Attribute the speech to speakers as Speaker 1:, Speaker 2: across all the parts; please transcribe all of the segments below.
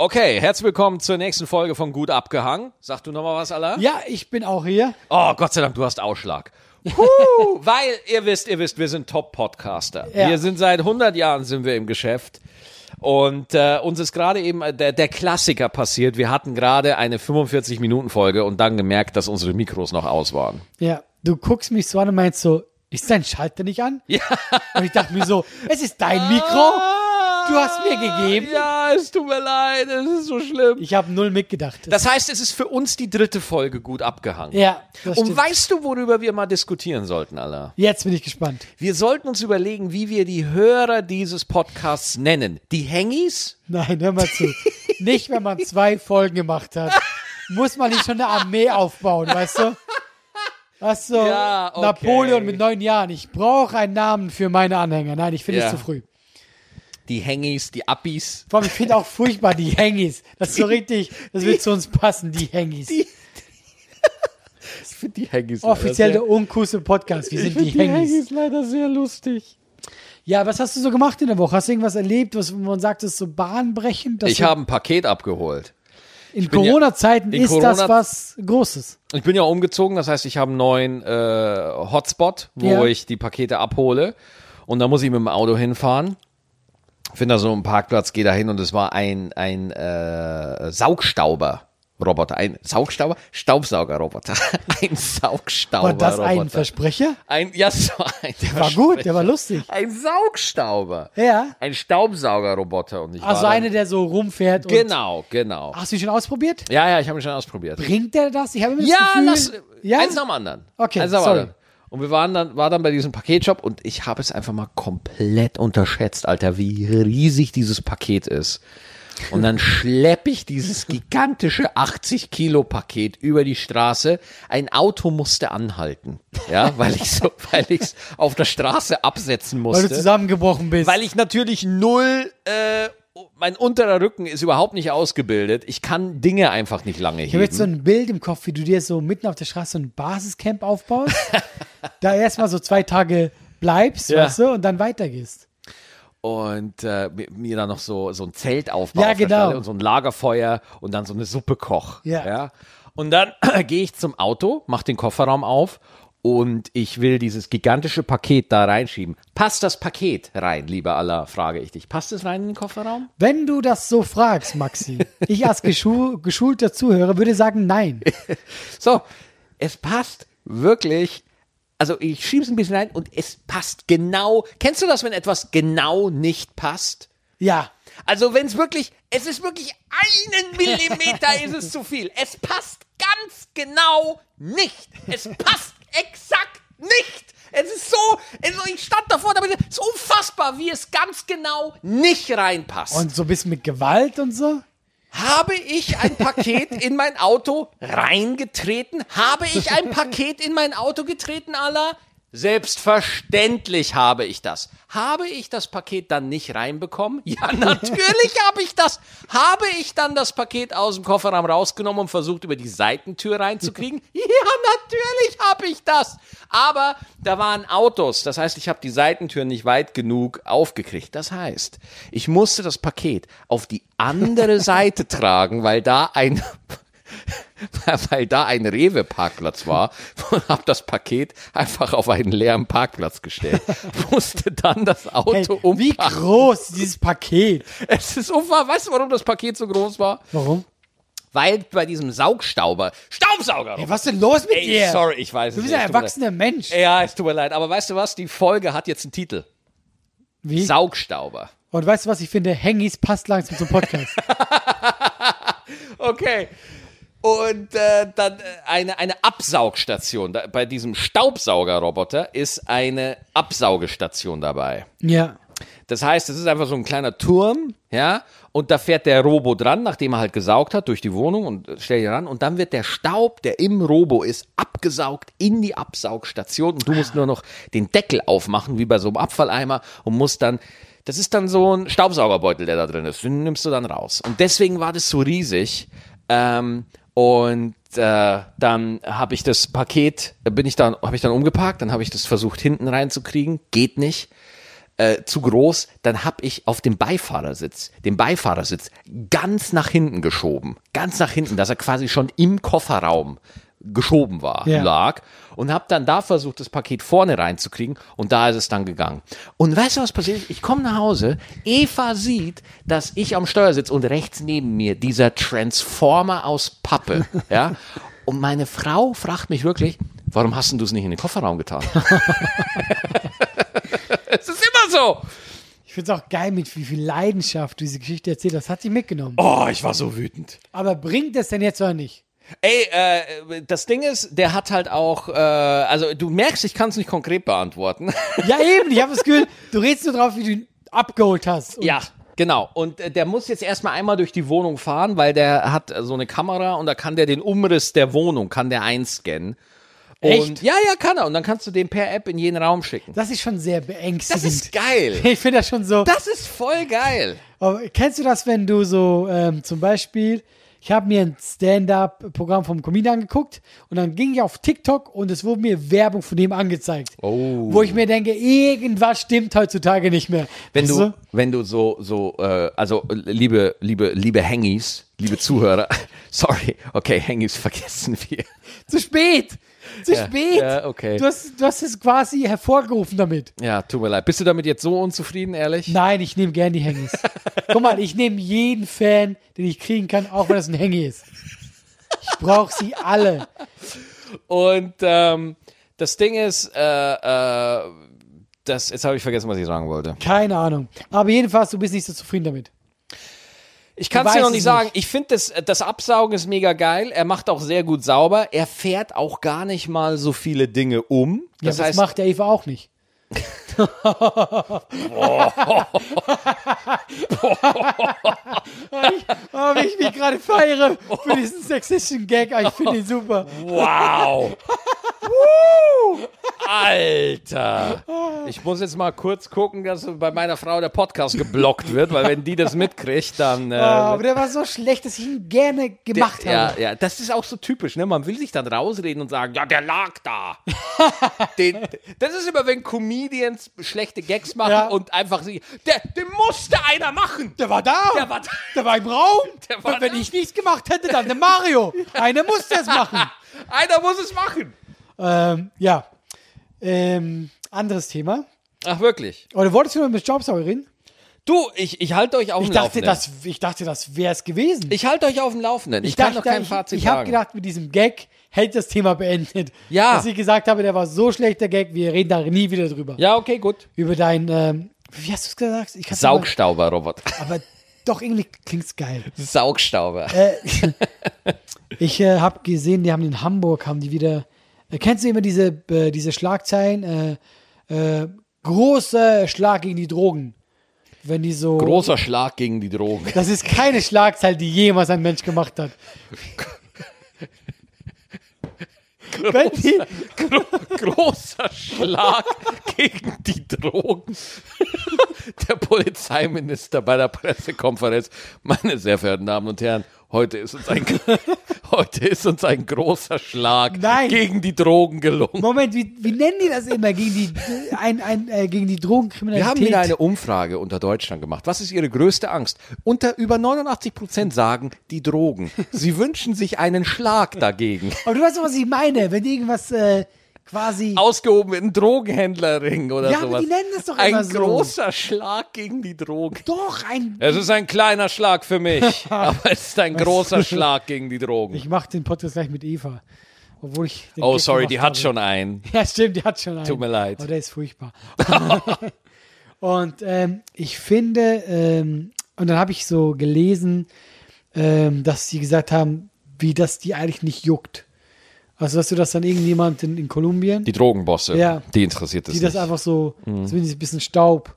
Speaker 1: Okay, herzlich willkommen zur nächsten Folge von Gut Abgehangen. Sag du nochmal was, Allah?
Speaker 2: Ja, ich bin auch hier.
Speaker 1: Oh, Gott sei Dank, du hast Ausschlag. Huh, weil ihr wisst, ihr wisst, wir sind Top-Podcaster.
Speaker 2: Ja.
Speaker 1: Wir sind seit 100 Jahren sind wir im Geschäft. Und äh, uns ist gerade eben äh, der, der Klassiker passiert. Wir hatten gerade eine 45-Minuten-Folge und dann gemerkt, dass unsere Mikros noch aus waren.
Speaker 2: Ja, du guckst mich so an und meinst so, ist dein Schalter nicht an? Ja. Und ich dachte mir so, es ist
Speaker 1: Ah.
Speaker 2: dein Mikro. Du hast mir gegeben.
Speaker 1: Ja, es tut mir leid, es ist so schlimm.
Speaker 2: Ich habe null mitgedacht.
Speaker 1: Das heißt, es ist für uns die dritte Folge gut abgehangen.
Speaker 2: ja, das
Speaker 1: Und
Speaker 2: stimmt.
Speaker 1: weißt du, worüber wir mal diskutieren sollten, Allah?
Speaker 2: Jetzt bin ich gespannt.
Speaker 1: Wir sollten uns überlegen, wie wir die Hörer dieses Podcasts nennen. Die Hengis?
Speaker 2: Nein, hör mal zu. nicht, wenn man zwei Folgen gemacht hat, muss man nicht schon eine Armee aufbauen, weißt du? Weißt du,
Speaker 1: Ja, okay.
Speaker 2: Napoleon mit neun Jahren, ich brauche einen Namen für meine Anhänger. Nein, ich finde es
Speaker 1: Ja.
Speaker 2: zu früh.
Speaker 1: Die Hengis, die Appis.
Speaker 2: Vor allem, ich finde auch furchtbar die Hengis. Das ist so richtig, das wird zu uns passen, die Hengis.
Speaker 1: Ich finde die Hengis
Speaker 2: Offiziell der uncoolste Podcast. Wir sind die, Hengis.
Speaker 1: leider sehr lustig.
Speaker 2: Ja, was hast du so gemacht in der Woche? Hast du irgendwas erlebt, was wo man sagt, das ist so bahnbrechend? dass
Speaker 1: Ich
Speaker 2: du-
Speaker 1: habe ein Paket abgeholt.
Speaker 2: in
Speaker 1: bin ja-
Speaker 2: Corona-Zeiten
Speaker 1: in
Speaker 2: ist das
Speaker 1: Corona-
Speaker 2: was Großes.
Speaker 1: Ich bin ja umgezogen, das heißt, ich habe einen neuen äh, Hotspot, wo
Speaker 2: Ja.
Speaker 1: ich die Pakete abhole. Und da muss ich mit dem Auto hinfahren. Finde da so einen Parkplatz, gehe da hin und es war ein, ein äh, Saugstauber-Roboter. Ein Saugstauber? Staubsauger-Roboter. ein
Speaker 2: War
Speaker 1: Saugstauber-Roboter.
Speaker 2: das ein Versprecher?
Speaker 1: Ein, ja, so ein, der
Speaker 2: War gut, der war lustig.
Speaker 1: Ein Saugstauber.
Speaker 2: Ja.
Speaker 1: Ein Staubsaugerroboter. Und ich
Speaker 2: Also
Speaker 1: war
Speaker 2: einer, der so Ah. rumfährt.
Speaker 1: dann, Genau, genau.
Speaker 2: Und, hast du ihn schon ausprobiert?
Speaker 1: Ja, ja, ich habe ihn schon ausprobiert.
Speaker 2: Bringt der das? Ich habe immer das
Speaker 1: Ja,
Speaker 2: Gefühl,
Speaker 1: lass.
Speaker 2: ja?
Speaker 1: Eins nach dem anderen.
Speaker 2: Okay,
Speaker 1: eins nach dem
Speaker 2: sorry.
Speaker 1: anderen. Und wir waren dann, war dann bei diesem Paketshop und ich habe es einfach mal komplett unterschätzt, Alter, wie riesig dieses Paket ist. Und dann schleppe ich dieses gigantische 80 Kilo Paket über die Straße. Ein Auto musste anhalten, ja, weil ich so, weil ich es auf der Straße absetzen musste.
Speaker 2: weil du zusammengebrochen bist.
Speaker 1: Weil ich natürlich null, äh, mein unterer Rücken ist überhaupt nicht ausgebildet. Ich kann Dinge einfach nicht lange
Speaker 2: ich habe
Speaker 1: heben.
Speaker 2: jetzt so ein Bild im Kopf, wie du dir so mitten auf der Straße so ein Basiscamp aufbaust, da erstmal so zwei Tage bleibst,
Speaker 1: Ja.
Speaker 2: weißt du, und dann weitergehst.
Speaker 1: und äh, mir- mir dann noch so, so ein Zelt aufbauen
Speaker 2: Ja,
Speaker 1: auf der
Speaker 2: genau.
Speaker 1: Stelle und so ein Lagerfeuer und dann so eine Suppe koch.
Speaker 2: Ja.
Speaker 1: Und dann gehe ich zum Auto, mache den Kofferraum auf und ich will dieses gigantische Paket da reinschieben. Passt das Paket rein, lieber Allah, frage ich dich. Passt es rein in den Kofferraum?
Speaker 2: Wenn du das so fragst, Maxi, ich als geschu geschulter Zuhörer würde sagen, nein.
Speaker 1: So, es passt wirklich. Also ich schiebe es ein bisschen rein und es passt genau. Kennst du das, wenn etwas genau nicht passt?
Speaker 2: Ja,
Speaker 1: Also wenn es wirklich, es ist wirklich einen Millimeter ist es zu viel. Es passt ganz genau nicht. Es passt exakt nicht. Es ist so, also ich stand davor, damit es ist unfassbar, wie es ganz genau nicht reinpasst.
Speaker 2: und so ein bisschen mit Gewalt und so.
Speaker 1: habe ich ein Paket in mein Auto reingetreten? Habe ich ein Paket in mein Auto getreten, Allah? Selbstverständlich habe ich das. Habe ich das Paket dann nicht reinbekommen? Ja, natürlich habe ich das. Habe ich dann das Paket aus dem Kofferraum rausgenommen und versucht, über die Seitentür reinzukriegen? Ja, natürlich habe ich das. Aber da waren Autos. Das heißt, ich habe die Seitentür nicht weit genug aufgekriegt. Das heißt, ich musste das Paket auf die andere Seite tragen, weil da ein weil da ein Rewe-Parkplatz war und habe das Paket einfach auf einen leeren Parkplatz gestellt. Musste dann das Auto
Speaker 2: Hey, wie
Speaker 1: umparken.
Speaker 2: groß ist dieses Paket?
Speaker 1: Es ist unfassbar. Weißt du, warum das Paket so groß war?
Speaker 2: Warum?
Speaker 1: Weil bei diesem Saugstauber, Staubsauger,
Speaker 2: Ey, was ist denn los mit
Speaker 1: Ey,
Speaker 2: dir?
Speaker 1: sorry, ich weiß
Speaker 2: Du
Speaker 1: es
Speaker 2: bist
Speaker 1: nicht. Es
Speaker 2: ein
Speaker 1: tut mir
Speaker 2: erwachsener Mensch.
Speaker 1: leid. Ja, es tut mir leid, aber weißt du was? Die Folge hat jetzt einen Titel.
Speaker 2: Wie?
Speaker 1: Saugstauber.
Speaker 2: Und weißt du was, ich finde, Hengis passt langsam zum Podcast.
Speaker 1: Okay. Und äh, dann äh, eine, eine Absaugstation. Da, bei diesem Staubsaugerroboter ist eine Absaugestation dabei.
Speaker 2: ja.
Speaker 1: Das heißt, es ist einfach so ein kleiner Turm, ja, und da fährt der Robo dran, nachdem er halt gesaugt hat durch die Wohnung und äh, stellt ihn ran und dann wird der Staub, der im Robo ist, abgesaugt in die Absaugstation und du musst nur noch den Deckel aufmachen, wie bei so einem Abfalleimer und musst dann das ist dann so ein Staubsaugerbeutel, der da drin ist. Den nimmst du dann raus. Und deswegen war das so riesig. Ähm, und äh, dann habe ich das äh, Paket, bin ich dann, habe ich dann umgeparkt, dann habe ich das versucht hinten reinzukriegen, geht nicht äh, zu groß, dann habe ich auf dem Beifahrersitz, den Beifahrersitz ganz nach hinten geschoben, ganz nach hinten, dass er quasi schon im Kofferraum geschoben war,
Speaker 2: Ja.
Speaker 1: lag und habe dann da versucht, das Paket vorne reinzukriegen und da ist es dann gegangen. Und weißt du, was passiert? ist? Ich komme nach Hause, Eva sieht, dass ich am Steuer sitze und rechts neben mir dieser Transformer aus Pappe, ja, und meine Frau fragt mich wirklich, warum hast denn du es nicht in den Kofferraum getan? es ist immer so.
Speaker 2: Ich finde es auch geil, mit wie viel Leidenschaft du diese Geschichte erzählt hast. Hat sie mitgenommen.
Speaker 1: Oh, ich war so wütend.
Speaker 2: Aber bringt das denn jetzt oder nicht?
Speaker 1: Ey, äh, das Ding ist, der hat halt auch, äh, also du merkst, ich kann es nicht konkret beantworten.
Speaker 2: Ja, eben. Ich habe das Gefühl, du redest nur drauf, wie du ihn abgeholt hast. Und
Speaker 1: Ja, genau. Und äh, der muss jetzt erstmal einmal durch die Wohnung fahren, weil der hat äh, so eine Kamera und da kann der den Umriss der Wohnung, kann der einscannen. Und,
Speaker 2: Echt?
Speaker 1: Ja, ja, kann er. Und dann kannst du den per App in jeden Raum schicken.
Speaker 2: Das ist schon sehr beängstigend.
Speaker 1: geil.
Speaker 2: ich finde das schon so.
Speaker 1: Das ist voll geil.
Speaker 2: Aber kennst du das, wenn du so ähm, zum Beispiel, ich habe mir ein Stand-up-Programm vom Comedian angeguckt und dann ging ich auf TikTok und es wurde mir Werbung von dem angezeigt.
Speaker 1: Oh.
Speaker 2: Wo ich mir denke, irgendwas stimmt heutzutage nicht mehr.
Speaker 1: Wenn
Speaker 2: Weißt
Speaker 1: du, wenn du so, so, äh, also äh, liebe, liebe, liebe Hengis, liebe Zuhörer, sorry, okay, Hengis vergessen wir.
Speaker 2: Zu spät! Zu
Speaker 1: Ja,
Speaker 2: spät!
Speaker 1: ja, okay.
Speaker 2: Du hast, du hast es quasi hervorgerufen damit.
Speaker 1: Ja, tut mir leid. Bist du damit jetzt so unzufrieden, ehrlich?
Speaker 2: Nein, ich nehme gern die Hängis. Guck mal, ich nehme jeden Fan, den ich kriegen kann, auch wenn das ein Hängi ist. Ich brauche sie alle.
Speaker 1: Und ähm, das Ding ist, äh, äh, das, jetzt habe ich vergessen, was ich sagen wollte.
Speaker 2: Keine Ahnung. Aber jedenfalls, du bist nicht so zufrieden damit.
Speaker 1: Ich kann es dir
Speaker 2: weiß
Speaker 1: noch
Speaker 2: es
Speaker 1: nicht sagen. Ich finde, das, das Absaugen ist mega geil. Er macht auch sehr gut sauber. Er fährt auch gar nicht mal so viele Dinge um.
Speaker 2: Ja,
Speaker 1: Das
Speaker 2: das Oh,
Speaker 1: heißt,
Speaker 2: macht der Eva auch nicht. ich, oh, wie ich mich gerade feiere für diesen sexistischen Gag. Ah, Ich finde ihn super.
Speaker 1: wow. Wuh. Alter. Ich muss jetzt mal kurz gucken, dass bei meiner Frau der Podcast geblockt wird, weil wenn die das mitkriegt, dann... Äh,
Speaker 2: Ah, aber der war so schlecht, dass ich ihn gerne gemacht
Speaker 1: ja,
Speaker 2: habe.
Speaker 1: ja, das ist auch so typisch, ne? Man will sich dann rausreden und sagen, ja, der lag da. den, das ist immer, wenn Comedians schlechte Gags machen
Speaker 2: Ja.
Speaker 1: und einfach sie, der, den musste einer machen.
Speaker 2: Der war da.
Speaker 1: Der war da.
Speaker 2: Der war im Raum.
Speaker 1: Der war
Speaker 2: Und wenn
Speaker 1: da.
Speaker 2: ich nichts gemacht hätte, dann der Mario. Einer musste es machen.
Speaker 1: Einer muss es machen.
Speaker 2: ähm, ja. Ähm, anderes Thema.
Speaker 1: Ach, wirklich?
Speaker 2: Oder wolltest du noch mit Jobsauer reden?
Speaker 1: Du, ich, ich halte euch auf
Speaker 2: Ich
Speaker 1: dem
Speaker 2: dachte,
Speaker 1: Laufenden.
Speaker 2: das, ich dachte, das wäre es gewesen.
Speaker 1: ich halte euch auf dem Laufenden. Ich, kann
Speaker 2: dachte,
Speaker 1: noch kein
Speaker 2: ich,
Speaker 1: Fazit
Speaker 2: Ich habe
Speaker 1: sagen.
Speaker 2: gedacht, mit diesem Gag hätte das Thema beendet.
Speaker 1: Ja.
Speaker 2: Dass ich gesagt habe, der war so schlecht, der Gag, wir reden da nie wieder drüber.
Speaker 1: ja, okay, gut.
Speaker 2: Über dein, ähm, wie hast du es gesagt? Ich hab's
Speaker 1: Saugstauber, Robert.
Speaker 2: immer- Aber doch, irgendwie klingt's geil.
Speaker 1: Saugstauber.
Speaker 2: Äh, ich äh, habe gesehen, die haben in Hamburg, haben die wieder, äh, kennst du immer diese, äh, diese Schlagzeilen? Äh, äh, großer Schlag gegen die Drogen. Wenn die so...
Speaker 1: Großer Schlag gegen die Drogen.
Speaker 2: Das ist keine Schlagzeile, die jemals ein Mensch gemacht hat. Wenn die,
Speaker 1: Gro großer Schlag gegen die Drogen. der Polizeiminister bei der Pressekonferenz. Meine sehr verehrten Damen und Herren, heute ist uns ein, heute ist uns ein großer Schlag
Speaker 2: Nein.
Speaker 1: gegen die Drogen gelungen.
Speaker 2: Moment, wie, wie nennen die das immer? Gegen die, ein, ein, äh, gegen die
Speaker 1: Wir
Speaker 2: Drogenkriminalität?
Speaker 1: haben wieder eine Umfrage unter Deutschland gemacht. Was ist Ihre größte Angst? Unter über 89 Prozent sagen die Drogen. Sie wünschen sich einen Schlag dagegen.
Speaker 2: Aber du weißt doch, was ich meine. Wenn die irgendwas äh, quasi...
Speaker 1: Ausgehoben in Drogenhändlerring oder
Speaker 2: Ja, aber
Speaker 1: sowas.
Speaker 2: die nennen das doch
Speaker 1: ein
Speaker 2: immer so.
Speaker 1: großer Schlag gegen die Drogen.
Speaker 2: doch, ein...
Speaker 1: Es ist ein kleiner Schlag für mich, aber es ist ein großer Schlag gegen die Drogen.
Speaker 2: Ich mache den Podcast gleich mit Eva. Obwohl ich... den
Speaker 1: Oh,
Speaker 2: Gag
Speaker 1: sorry, die
Speaker 2: gemacht
Speaker 1: hat
Speaker 2: habe.
Speaker 1: schon einen.
Speaker 2: Ja, stimmt, die hat schon einen.
Speaker 1: Tut mir leid.
Speaker 2: Aber der ist furchtbar. und ähm, ich finde, ähm, und dann habe ich so gelesen, ähm, dass sie gesagt haben, wie das die eigentlich nicht juckt. Also, dass du das dann irgendjemand in, in Kolumbien,
Speaker 1: Die Drogenbosse,
Speaker 2: Ja.
Speaker 1: die interessiert es
Speaker 2: die das
Speaker 1: nicht. Mhm.
Speaker 2: einfach so, zumindest ein bisschen Staub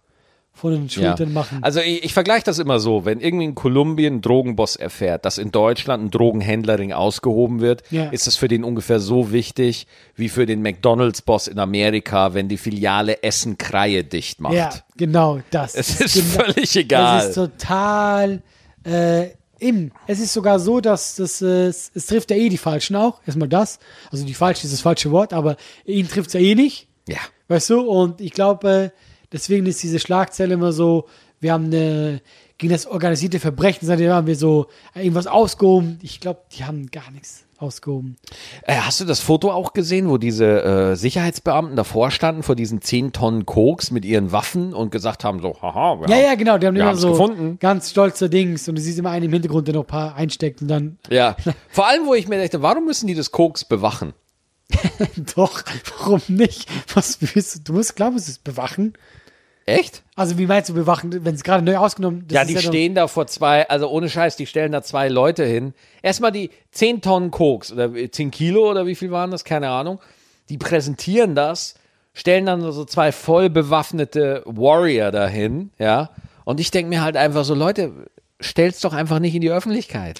Speaker 2: von den Schultern machen.
Speaker 1: Also ich, ich vergleiche das immer so, wenn irgendwie in Kolumbien ein Drogenboss erfährt, dass in Deutschland ein Drogenhändlerring ausgehoben wird,
Speaker 2: Ja.
Speaker 1: ist das für den ungefähr so wichtig wie für den McDonald's-Boss in Amerika, wenn die Filiale Essen-Kreie dicht macht.
Speaker 2: ja, genau das.
Speaker 1: Es ist
Speaker 2: genau-
Speaker 1: völlig egal.
Speaker 2: Es ist total äh, im. Es ist sogar so, dass das, äh, es, es trifft ja eh die Falschen auch. Erstmal das. Also die Falschen ist das falsche Wort, aber ihn trifft es ja eh nicht.
Speaker 1: ja.
Speaker 2: Weißt du? Und ich glaube, äh, Deswegen ist diese Schlagzeile immer so, wir haben eine, gegen das organisierte Verbrechen, seitdem haben wir so irgendwas ausgehoben. Ich glaube, die haben gar nichts ausgehoben.
Speaker 1: Äh, hast du das Foto auch gesehen, wo diese äh, Sicherheitsbeamten davor standen, vor diesen 10 Tonnen Koks mit ihren Waffen und gesagt haben so, haha, wir
Speaker 2: Ja,
Speaker 1: haben-
Speaker 2: ja, genau. Die haben
Speaker 1: wir
Speaker 2: immer
Speaker 1: haben's
Speaker 2: so
Speaker 1: gefunden.
Speaker 2: ganz stolze Dings und du siehst immer einen im Hintergrund, der noch ein paar einsteckt und dann
Speaker 1: Ja, vor allem, wo ich mir dachte, warum müssen die das Koks bewachen?
Speaker 2: doch, warum nicht? Was willst du? Du musst, klar, musst es bewachen.
Speaker 1: Echt?
Speaker 2: Also, wie meinst du bewachen, wenn es gerade neu ausgenommen das
Speaker 1: ja,
Speaker 2: ist
Speaker 1: die
Speaker 2: doch-
Speaker 1: stehen da vor zwei, also ohne Scheiß, die stellen da zwei Leute hin. Erstmal die 10 Tonnen Koks oder 10 Kilo oder wie viel waren das, keine Ahnung. Die präsentieren das, stellen dann so zwei voll bewaffnete Warrior dahin, ja. Und ich denke mir halt einfach so, Leute, stellt's doch einfach nicht in die Öffentlichkeit.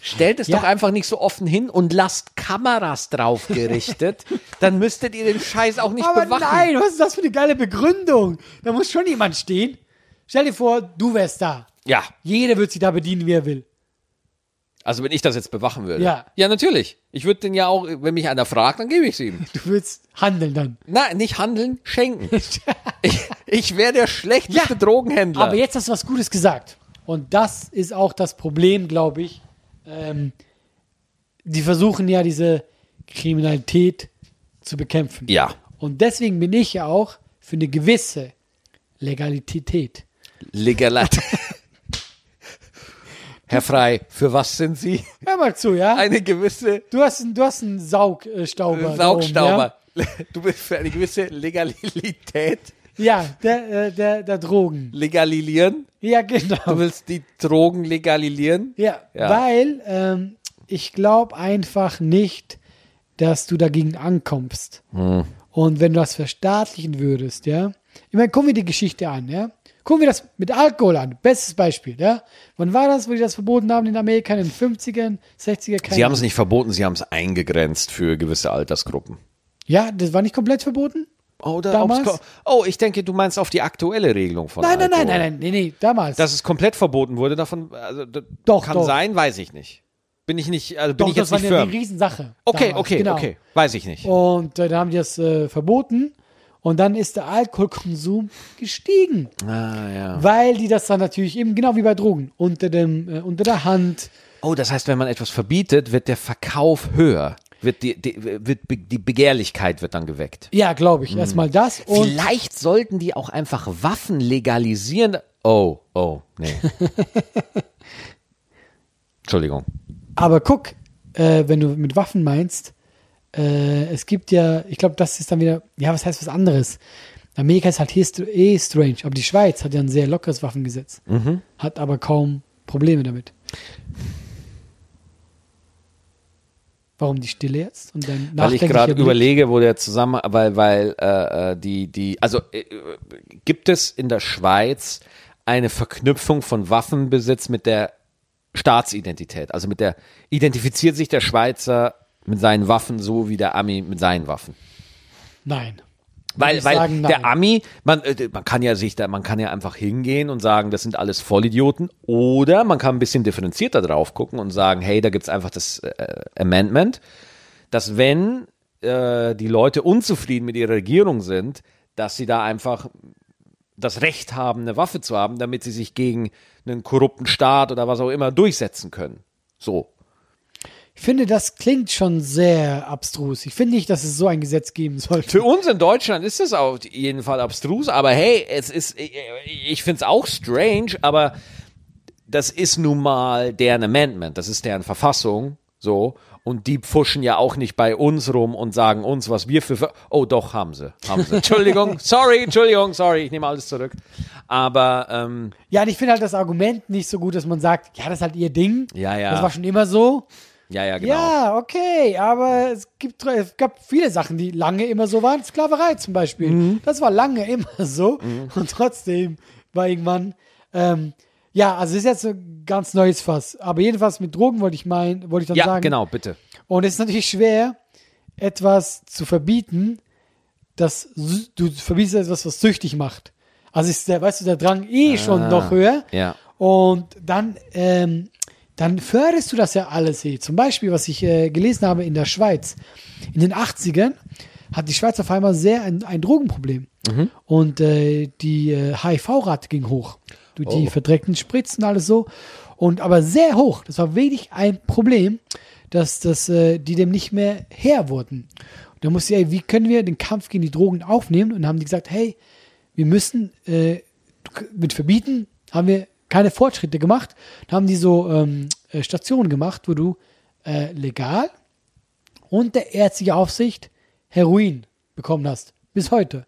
Speaker 1: Stellt es
Speaker 2: Ja.
Speaker 1: doch einfach nicht so offen hin und lasst Kameras draufgerichtet. dann müsstet ihr den Scheiß auch nicht
Speaker 2: Aber
Speaker 1: bewachen.
Speaker 2: nein, was ist das für eine geile Begründung? Da muss schon jemand stehen. Stell dir vor, du wärst da.
Speaker 1: Ja,
Speaker 2: Jeder wird sich da bedienen, wie er will.
Speaker 1: Also wenn ich das jetzt bewachen würde.
Speaker 2: Ja.
Speaker 1: Ja, natürlich. Ich würde den ja auch, wenn mich einer fragt, dann gebe ich es ihm.
Speaker 2: Du würdest handeln dann.
Speaker 1: Nein, nicht handeln, schenken. ich ich wäre der schlechteste Drogenhändler.
Speaker 2: Aber jetzt hast du was Gutes gesagt. Und das ist auch das Problem, glaube ich. Ähm, die versuchen ja, diese Kriminalität zu bekämpfen.
Speaker 1: ja.
Speaker 2: Und deswegen bin ich ja auch für eine gewisse Legalität.
Speaker 1: Legalat. Herr Frey, für was sind Sie?
Speaker 2: Hör mal zu, ja?
Speaker 1: Eine gewisse
Speaker 2: du, hast, einen- du hast einen äh, Saugstauber.
Speaker 1: Saugstauber. Du bist für eine gewisse Legalität.
Speaker 2: Da oben, ja, ja der, äh, der, der Drogen.
Speaker 1: Legalilieren.
Speaker 2: Ja, genau.
Speaker 1: Du willst die Drogen legalilieren.
Speaker 2: Ja,
Speaker 1: Ja.
Speaker 2: weil ähm, ich glaube einfach nicht, dass du dagegen ankommst.
Speaker 1: Hm.
Speaker 2: Und wenn du das verstaatlichen würdest, ja. Ich meine, gucken wir die Geschichte an, ja. Gucken wir das mit Alkohol an. Bestes Beispiel, ja. Wann war das, wo die das verboten haben in Amerika? In den 50ern, 60er? Keine
Speaker 1: Sie haben es
Speaker 2: Ahnung.
Speaker 1: nicht verboten, Sie haben es eingegrenzt für gewisse Altersgruppen.
Speaker 2: Ja, das war nicht komplett verboten?
Speaker 1: Oder
Speaker 2: Damals?
Speaker 1: ob's ko- Oh, ich denke, du meinst auf die aktuelle Regelung von
Speaker 2: Nein, nein,
Speaker 1: Alkohol.
Speaker 2: nein, nein, nein, nee, nee, damals.
Speaker 1: Dass es komplett verboten wurde, davon also, d-
Speaker 2: Doch,
Speaker 1: kann
Speaker 2: doch.
Speaker 1: sein, weiß ich nicht. Bin ich nicht, also bin
Speaker 2: Doch,
Speaker 1: ich jetzt
Speaker 2: das
Speaker 1: nicht
Speaker 2: war eine
Speaker 1: firm.
Speaker 2: Riesensache.
Speaker 1: Okay,
Speaker 2: damals,
Speaker 1: okay,
Speaker 2: genau.
Speaker 1: okay, weiß ich nicht.
Speaker 2: Und äh, dann haben die das äh, verboten. Und dann ist der Alkoholkonsum gestiegen.
Speaker 1: Ah, ja.
Speaker 2: Weil die das dann natürlich eben genau wie bei Drogen unter dem äh, unter der Hand.
Speaker 1: Oh, das heißt, wenn man etwas verbietet, wird der Verkauf höher, wird die, die, wird be die Begehrlichkeit wird dann geweckt.
Speaker 2: Ja, glaube
Speaker 1: Hm.
Speaker 2: ich. Erstmal das und
Speaker 1: Vielleicht sollten die auch einfach Waffen legalisieren. Oh, oh, nee. Entschuldigung.
Speaker 2: aber guck, äh, wenn du mit Waffen meinst, äh, es gibt ja, ich glaube, das ist dann wieder, ja, was heißt was anderes? Amerika ist halt hier st- eh strange, aber die Schweiz hat ja ein sehr lockeres Waffengesetz,
Speaker 1: Mhm.
Speaker 2: hat aber kaum Probleme damit. Warum die Stille jetzt? Und dann
Speaker 1: Weil ich gerade
Speaker 2: nachdenklicher Blick?
Speaker 1: überlege, wo der zusammen, weil, weil äh, äh, die, die, also äh, äh, gibt es in der Schweiz eine Verknüpfung von Waffenbesitz mit der Staatsidentität? Also mit der, identifiziert sich der Schweizer mit seinen Waffen so wie der Ami mit seinen Waffen?
Speaker 2: Nein. Würde
Speaker 1: Weil,
Speaker 2: ich
Speaker 1: weil
Speaker 2: sagen, nein.
Speaker 1: der Ami, man, äh, man kann ja sich da, man kann ja einfach hingehen und sagen, das sind alles Vollidioten. Oder man kann ein bisschen differenzierter drauf gucken und sagen, hey, da gibt's einfach das äh, Amendment, dass wenn äh, die Leute unzufrieden mit ihrer Regierung sind, dass sie da einfach das Recht haben, eine Waffe zu haben, damit sie sich gegen einen korrupten Staat oder was auch immer durchsetzen können. So.
Speaker 2: Ich finde, das klingt schon sehr abstrus. Ich finde nicht, dass es so ein Gesetz geben sollte.
Speaker 1: Für uns in Deutschland ist es auf jeden Fall abstrus, aber hey, es ist, ich, ich finde es auch strange, aber das ist nun mal deren Amendment, das ist deren Verfassung, so. Und die pfuschen ja auch nicht bei uns rum und sagen uns, was wir für. Ver oh, doch, haben sie. Haben sie. Entschuldigung, sorry, Entschuldigung, sorry, ich nehme alles zurück. Aber, ähm,
Speaker 2: Ja, und ich finde halt das Argument nicht so gut, dass man sagt, ja, das ist halt ihr Ding.
Speaker 1: Ja, ja.
Speaker 2: Das war schon immer so.
Speaker 1: ja, ja, genau.
Speaker 2: Ja, okay, aber es, gibt, es gab viele Sachen, die lange immer so waren. Sklaverei zum Beispiel.
Speaker 1: Mhm.
Speaker 2: Das war lange immer so. Und trotzdem war irgendwann. Ähm, ja, also es ist jetzt ein ganz neues Fass. Aber jedenfalls mit Drogen wollte ich meinen, wollte ich dann
Speaker 1: Ja,
Speaker 2: sagen.
Speaker 1: genau, bitte.
Speaker 2: Und es ist natürlich schwer, etwas zu verbieten, das sü- du verbietest etwas, was süchtig macht. Also ist der, weißt du, der Drang eh schon noch höher.
Speaker 1: Ah, ja.
Speaker 2: Und dann, ähm, dann förderst du das ja alles eh. Zum Beispiel, was ich äh, gelesen habe in der Schweiz. In den 80ern hat die Schweiz auf einmal sehr ein, ein Drogenproblem. Und äh, die äh, HIV-Rate ging hoch. Du, Die verdreckten Spritzen, alles so. Und aber sehr hoch. Das war wirklich ein Problem, dass, dass äh, die dem nicht mehr her wurden. Und da musste ich, ey, wie können wir den Kampf gegen die Drogen aufnehmen? Und haben die gesagt, hey, wir müssen äh, mit verbieten, haben wir keine Fortschritte gemacht. Da haben die so ähm, äh, Stationen gemacht, wo du äh, legal unter ärztlicher Aufsicht Heroin bekommen hast. Bis heute.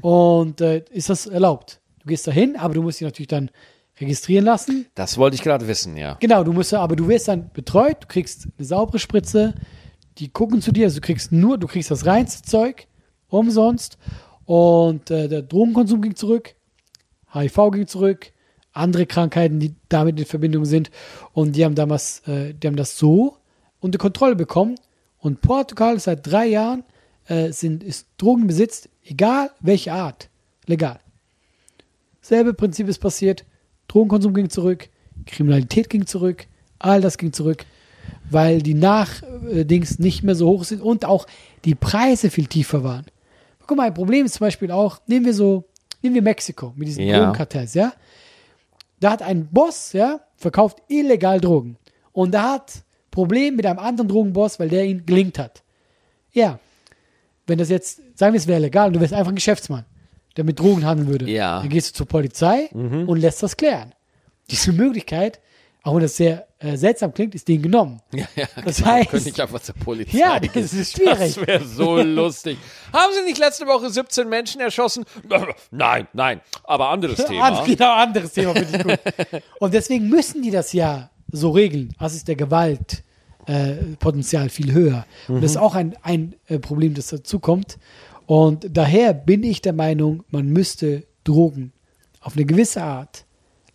Speaker 2: Und äh, ist das erlaubt? Du gehst dahin, aber du musst dich natürlich dann registrieren lassen.
Speaker 1: Das wollte ich gerade wissen, ja.
Speaker 2: Genau, du musst, ja- aber du wirst dann betreut, du kriegst eine saubere Spritze, die gucken zu dir, also du kriegst nur, du kriegst das reinste Zeug, umsonst. Und äh, der Drogenkonsum ging zurück, HIV ging zurück, andere Krankheiten, die damit in Verbindung sind. Und die haben damals, äh, die haben das so unter Kontrolle bekommen. Und Portugal seit drei Jahren äh, sind, ist Drogenbesitz, egal welche Art, legal. Selbe Prinzip ist passiert. Drogenkonsum ging zurück, Kriminalität ging zurück, all das ging zurück, weil die Nachdings nicht mehr so hoch sind und auch die Preise viel tiefer waren. Guck mal, ein Problem ist zum Beispiel auch, nehmen wir so, nehmen wir Mexiko mit diesen
Speaker 1: Ja.
Speaker 2: Drogenkartells, ja. Da hat ein Boss, ja, verkauft illegal Drogen. Und da hat Problem mit einem anderen Drogenboss, weil der ihn gelinkt hat. Ja. Wenn das jetzt, sagen wir, es wäre legal und du wärst einfach ein Geschäftsmann, der mit Drogen handeln würde.
Speaker 1: Ja.
Speaker 2: Dann gehst du zur Polizei und lässt das klären. Diese Möglichkeit, auch wenn das sehr äh, seltsam klingt, ist denen genommen. das
Speaker 1: genau, Könnte
Speaker 2: heißt,
Speaker 1: ich einfach zur Polizei
Speaker 2: ja,
Speaker 1: gehen.
Speaker 2: das ist schwierig.
Speaker 1: Das wäre so lustig. Haben Sie nicht letzte Woche 17 Menschen erschossen? Nein, nein. Aber anderes Thema.
Speaker 2: An- Genau, anderes Thema finde ich gut. Und deswegen müssen die das ja so regeln. Also ist der Gewaltpotenzial äh, Potenzial viel höher. Und
Speaker 1: Mhm.
Speaker 2: das ist auch ein, ein äh, Problem, das dazukommt. Und daher bin ich der Meinung, man müsste Drogen auf eine gewisse Art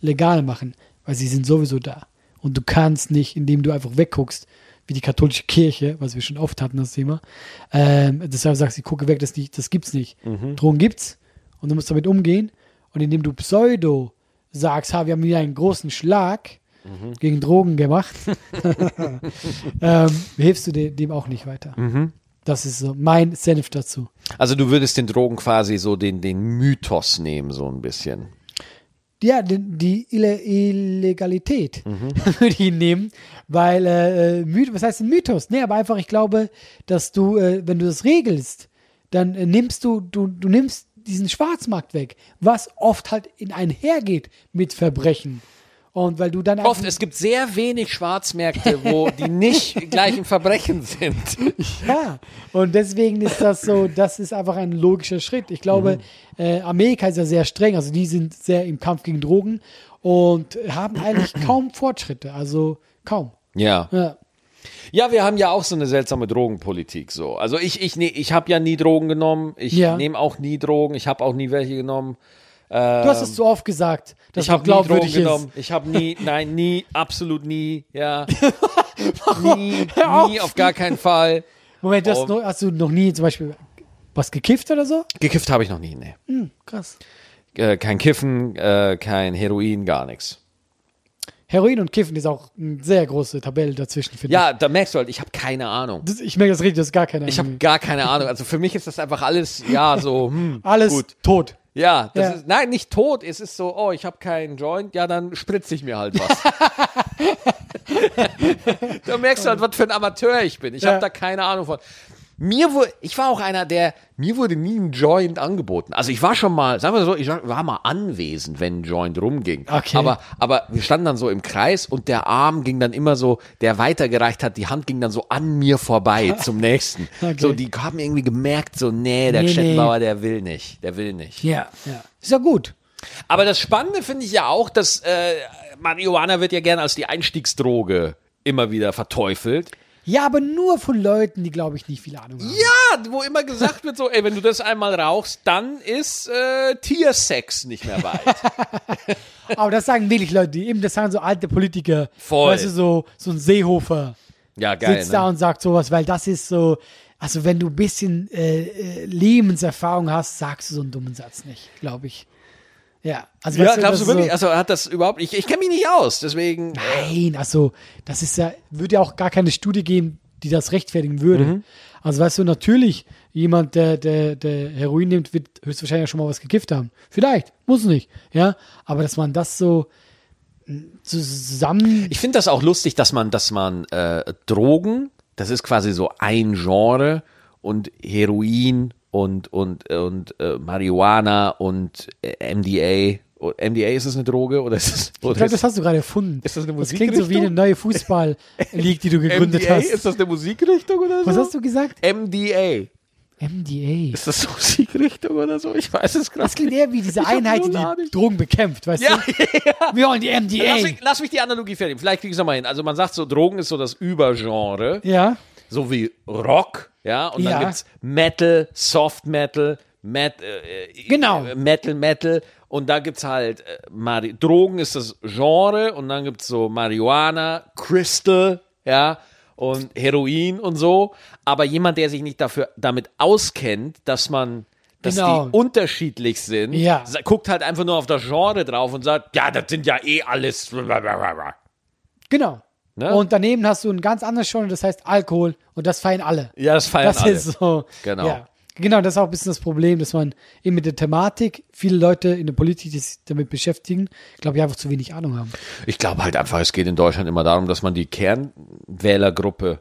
Speaker 2: legal machen, weil sie sind sowieso da. Und du kannst nicht, indem du einfach wegguckst, wie die katholische Kirche, was wir schon oft hatten, das Thema. Ähm, deshalb sagst du, ich gucke weg, das, nicht, das gibt's nicht. Drogen gibt's und du musst damit umgehen. Und indem du Pseudo sagst, ha, wir haben wieder einen großen Schlag gegen Drogen gemacht, ähm, hilfst du de dem auch nicht weiter. Das ist so mein Senf dazu.
Speaker 1: Also du würdest den Drogen quasi so den, den Mythos nehmen, so ein bisschen.
Speaker 2: Ja, die, die Ille Illegalität würde ich nehmen, weil äh, Myth was heißt ein Mythos? Nee, aber einfach, ich glaube, dass du, äh, wenn du das regelst, dann äh, nimmst du, du, du nimmst diesen Schwarzmarkt weg, was oft halt in einhergeht mit Verbrechen. Und weil du dann
Speaker 1: Oft,
Speaker 2: einfach-
Speaker 1: es gibt sehr wenig Schwarzmärkte, wo die nicht gleich im Verbrechen sind.
Speaker 2: Ja, und deswegen ist das so, das ist einfach ein logischer Schritt. Ich glaube, äh, Amerika ist ja sehr streng, also die sind sehr im Kampf gegen Drogen und haben eigentlich kaum Fortschritte, also kaum.
Speaker 1: Ja.
Speaker 2: Ja.
Speaker 1: Ja, wir haben ja auch so eine seltsame Drogenpolitik so. Also ich ich ne, ich habe ja nie Drogen genommen. Ich
Speaker 2: Ja.
Speaker 1: nehme auch nie Drogen. Ich habe auch nie welche genommen. Äh,
Speaker 2: Du hast es so oft gesagt, dass
Speaker 1: Ähm, Ich habe Also nie
Speaker 2: du
Speaker 1: Drogen
Speaker 2: glaubwürdig ist.
Speaker 1: genommen. Ich habe nie, nein, nie, absolut nie, ja. Nie,
Speaker 2: Hör auf.
Speaker 1: nie, auf gar keinen Fall.
Speaker 2: Moment, du hast,
Speaker 1: Oh.
Speaker 2: noch, hast du noch nie zum Beispiel was gekifft oder so?
Speaker 1: Gekifft habe ich noch nie, ne.
Speaker 2: Hm, krass.
Speaker 1: Äh, kein Kiffen, äh, kein Heroin, gar nichts.
Speaker 2: Heroin und Kiffen ist auch eine sehr große Tabelle dazwischen, finde
Speaker 1: Ja, da merkst du halt, ich habe keine Ahnung.
Speaker 2: ich. Das, ich merke das richtig, das ist gar keine
Speaker 1: Ich habe
Speaker 2: Ahnung.
Speaker 1: gar keine Ahnung. Also für mich ist das einfach alles, ja, so, hm,
Speaker 2: Alles
Speaker 1: gut.
Speaker 2: tot.
Speaker 1: Ja, das
Speaker 2: Ja.
Speaker 1: ist, nein, nicht tot. Es ist so, oh, ich habe keinen Joint, ja, dann spritze ich mir halt was. da merkst du halt, was für ein Amateur ich bin. Ich
Speaker 2: Ja.
Speaker 1: habe da keine Ahnung von. Mir wurde, ich war auch einer, der, mir wurde nie ein Joint angeboten. Also ich war schon mal, sagen wir so, ich war war mal anwesend, wenn ein Joint rumging.
Speaker 2: Okay.
Speaker 1: Aber, aber wir standen dann so im Kreis und der Arm ging dann immer so, der weitergereicht hat, die Hand ging dann so an mir vorbei zum nächsten.
Speaker 2: Okay.
Speaker 1: So, die haben irgendwie gemerkt, so, nee, der
Speaker 2: Nee, nee.
Speaker 1: Schettenbauer, der will nicht, der will nicht.
Speaker 2: Ja, ja. Ist ja gut.
Speaker 1: Aber das Spannende finde ich ja auch, dass äh, Marihuana wird ja gerne als die Einstiegsdroge immer wieder verteufelt.
Speaker 2: Ja, aber nur von Leuten, die, glaube ich, nicht viel Ahnung haben.
Speaker 1: Ja, wo immer gesagt wird so, ey, wenn du das einmal rauchst, dann ist äh, Tiersex nicht mehr weit.
Speaker 2: Aber das sagen wirklich Leute, die eben, das sagen so alte Politiker.
Speaker 1: Voll.
Speaker 2: Weißt du, so, so ein Seehofer
Speaker 1: Ja, geil. ne?
Speaker 2: sitzt da und sagt sowas, weil das ist so, also wenn du ein bisschen äh, äh, Lebenserfahrung hast, sagst du so einen dummen Satz nicht, glaube ich. Ja, also
Speaker 1: Ja,
Speaker 2: weißt
Speaker 1: glaubst du
Speaker 2: das ist
Speaker 1: wirklich? Also hat das überhaupt? Ich, ich kenne mich nicht aus, deswegen.
Speaker 2: So, nein, also das ist ja, würde ja auch gar keine Studie geben, die das rechtfertigen würde.
Speaker 1: Mhm.
Speaker 2: Also weißt du, natürlich, jemand, der, der, der Heroin nimmt, wird höchstwahrscheinlich auch schon mal was gekifft haben. Vielleicht, muss nicht, ja. Aber dass man das so mm, zusammen.
Speaker 1: Ich finde das auch lustig, dass man, dass man äh, Drogen, das ist quasi so ein Genre und Heroin und und und äh, Marihuana und äh, MDA. Oh, MDA ist es eine Droge oder ist es? Oder
Speaker 2: ich glaube,
Speaker 1: ist,
Speaker 2: das hast du gerade erfunden.
Speaker 1: Ist das eine
Speaker 2: klingt so wie eine
Speaker 1: Musikrichtung?
Speaker 2: neue Fußball-League, die du gegründet
Speaker 1: MDA?
Speaker 2: hast.
Speaker 1: Ist das eine Musikrichtung oder so?
Speaker 2: Was hast du gesagt?
Speaker 1: MDA.
Speaker 2: MDA.
Speaker 1: Ist das eine Musikrichtung oder so? Ich weiß es gerade.
Speaker 2: Das klingt eher wie diese
Speaker 1: Ich hab
Speaker 2: Einheit, die
Speaker 1: null Ahnung.
Speaker 2: die Drogen bekämpft, weißt
Speaker 1: Ja,
Speaker 2: du? Wir wollen die
Speaker 1: Lass
Speaker 2: MDA.
Speaker 1: mich, lass mich die Analogie fertig. Vielleicht kriege ich es nochmal hin. Also man sagt so, Drogen ist so das Übergenre,
Speaker 2: Ja.
Speaker 1: so wie Rock, ja, und
Speaker 2: Ja.
Speaker 1: dann gibt's Metal, Soft Metal, Met, äh, äh,
Speaker 2: Genau.
Speaker 1: äh, Metal, Metal. Und da gibt's halt äh, Mari Drogen ist das Genre und dann gibt's so Marihuana, Crystal, ja, und Heroin und so. Aber jemand, der sich nicht dafür damit auskennt, dass man dass
Speaker 2: Genau.
Speaker 1: die unterschiedlich sind,
Speaker 2: Ja.
Speaker 1: sa- guckt halt einfach nur auf das Genre drauf und sagt, ja, das sind ja eh alles.
Speaker 2: Genau.
Speaker 1: Ne?
Speaker 2: Und daneben hast du ein ganz anderes Genre, das heißt Alkohol und das feiern alle.
Speaker 1: Ja, das feiern
Speaker 2: das
Speaker 1: alle.
Speaker 2: ist so.
Speaker 1: Genau.
Speaker 2: Ja. Genau, das ist auch ein bisschen das Problem, dass man eben mit der Thematik, viele Leute in der Politik, die sich damit beschäftigen, glaube ich, einfach zu wenig Ahnung haben.
Speaker 1: Ich glaube halt einfach, es geht in Deutschland immer darum, dass man die Kernwählergruppe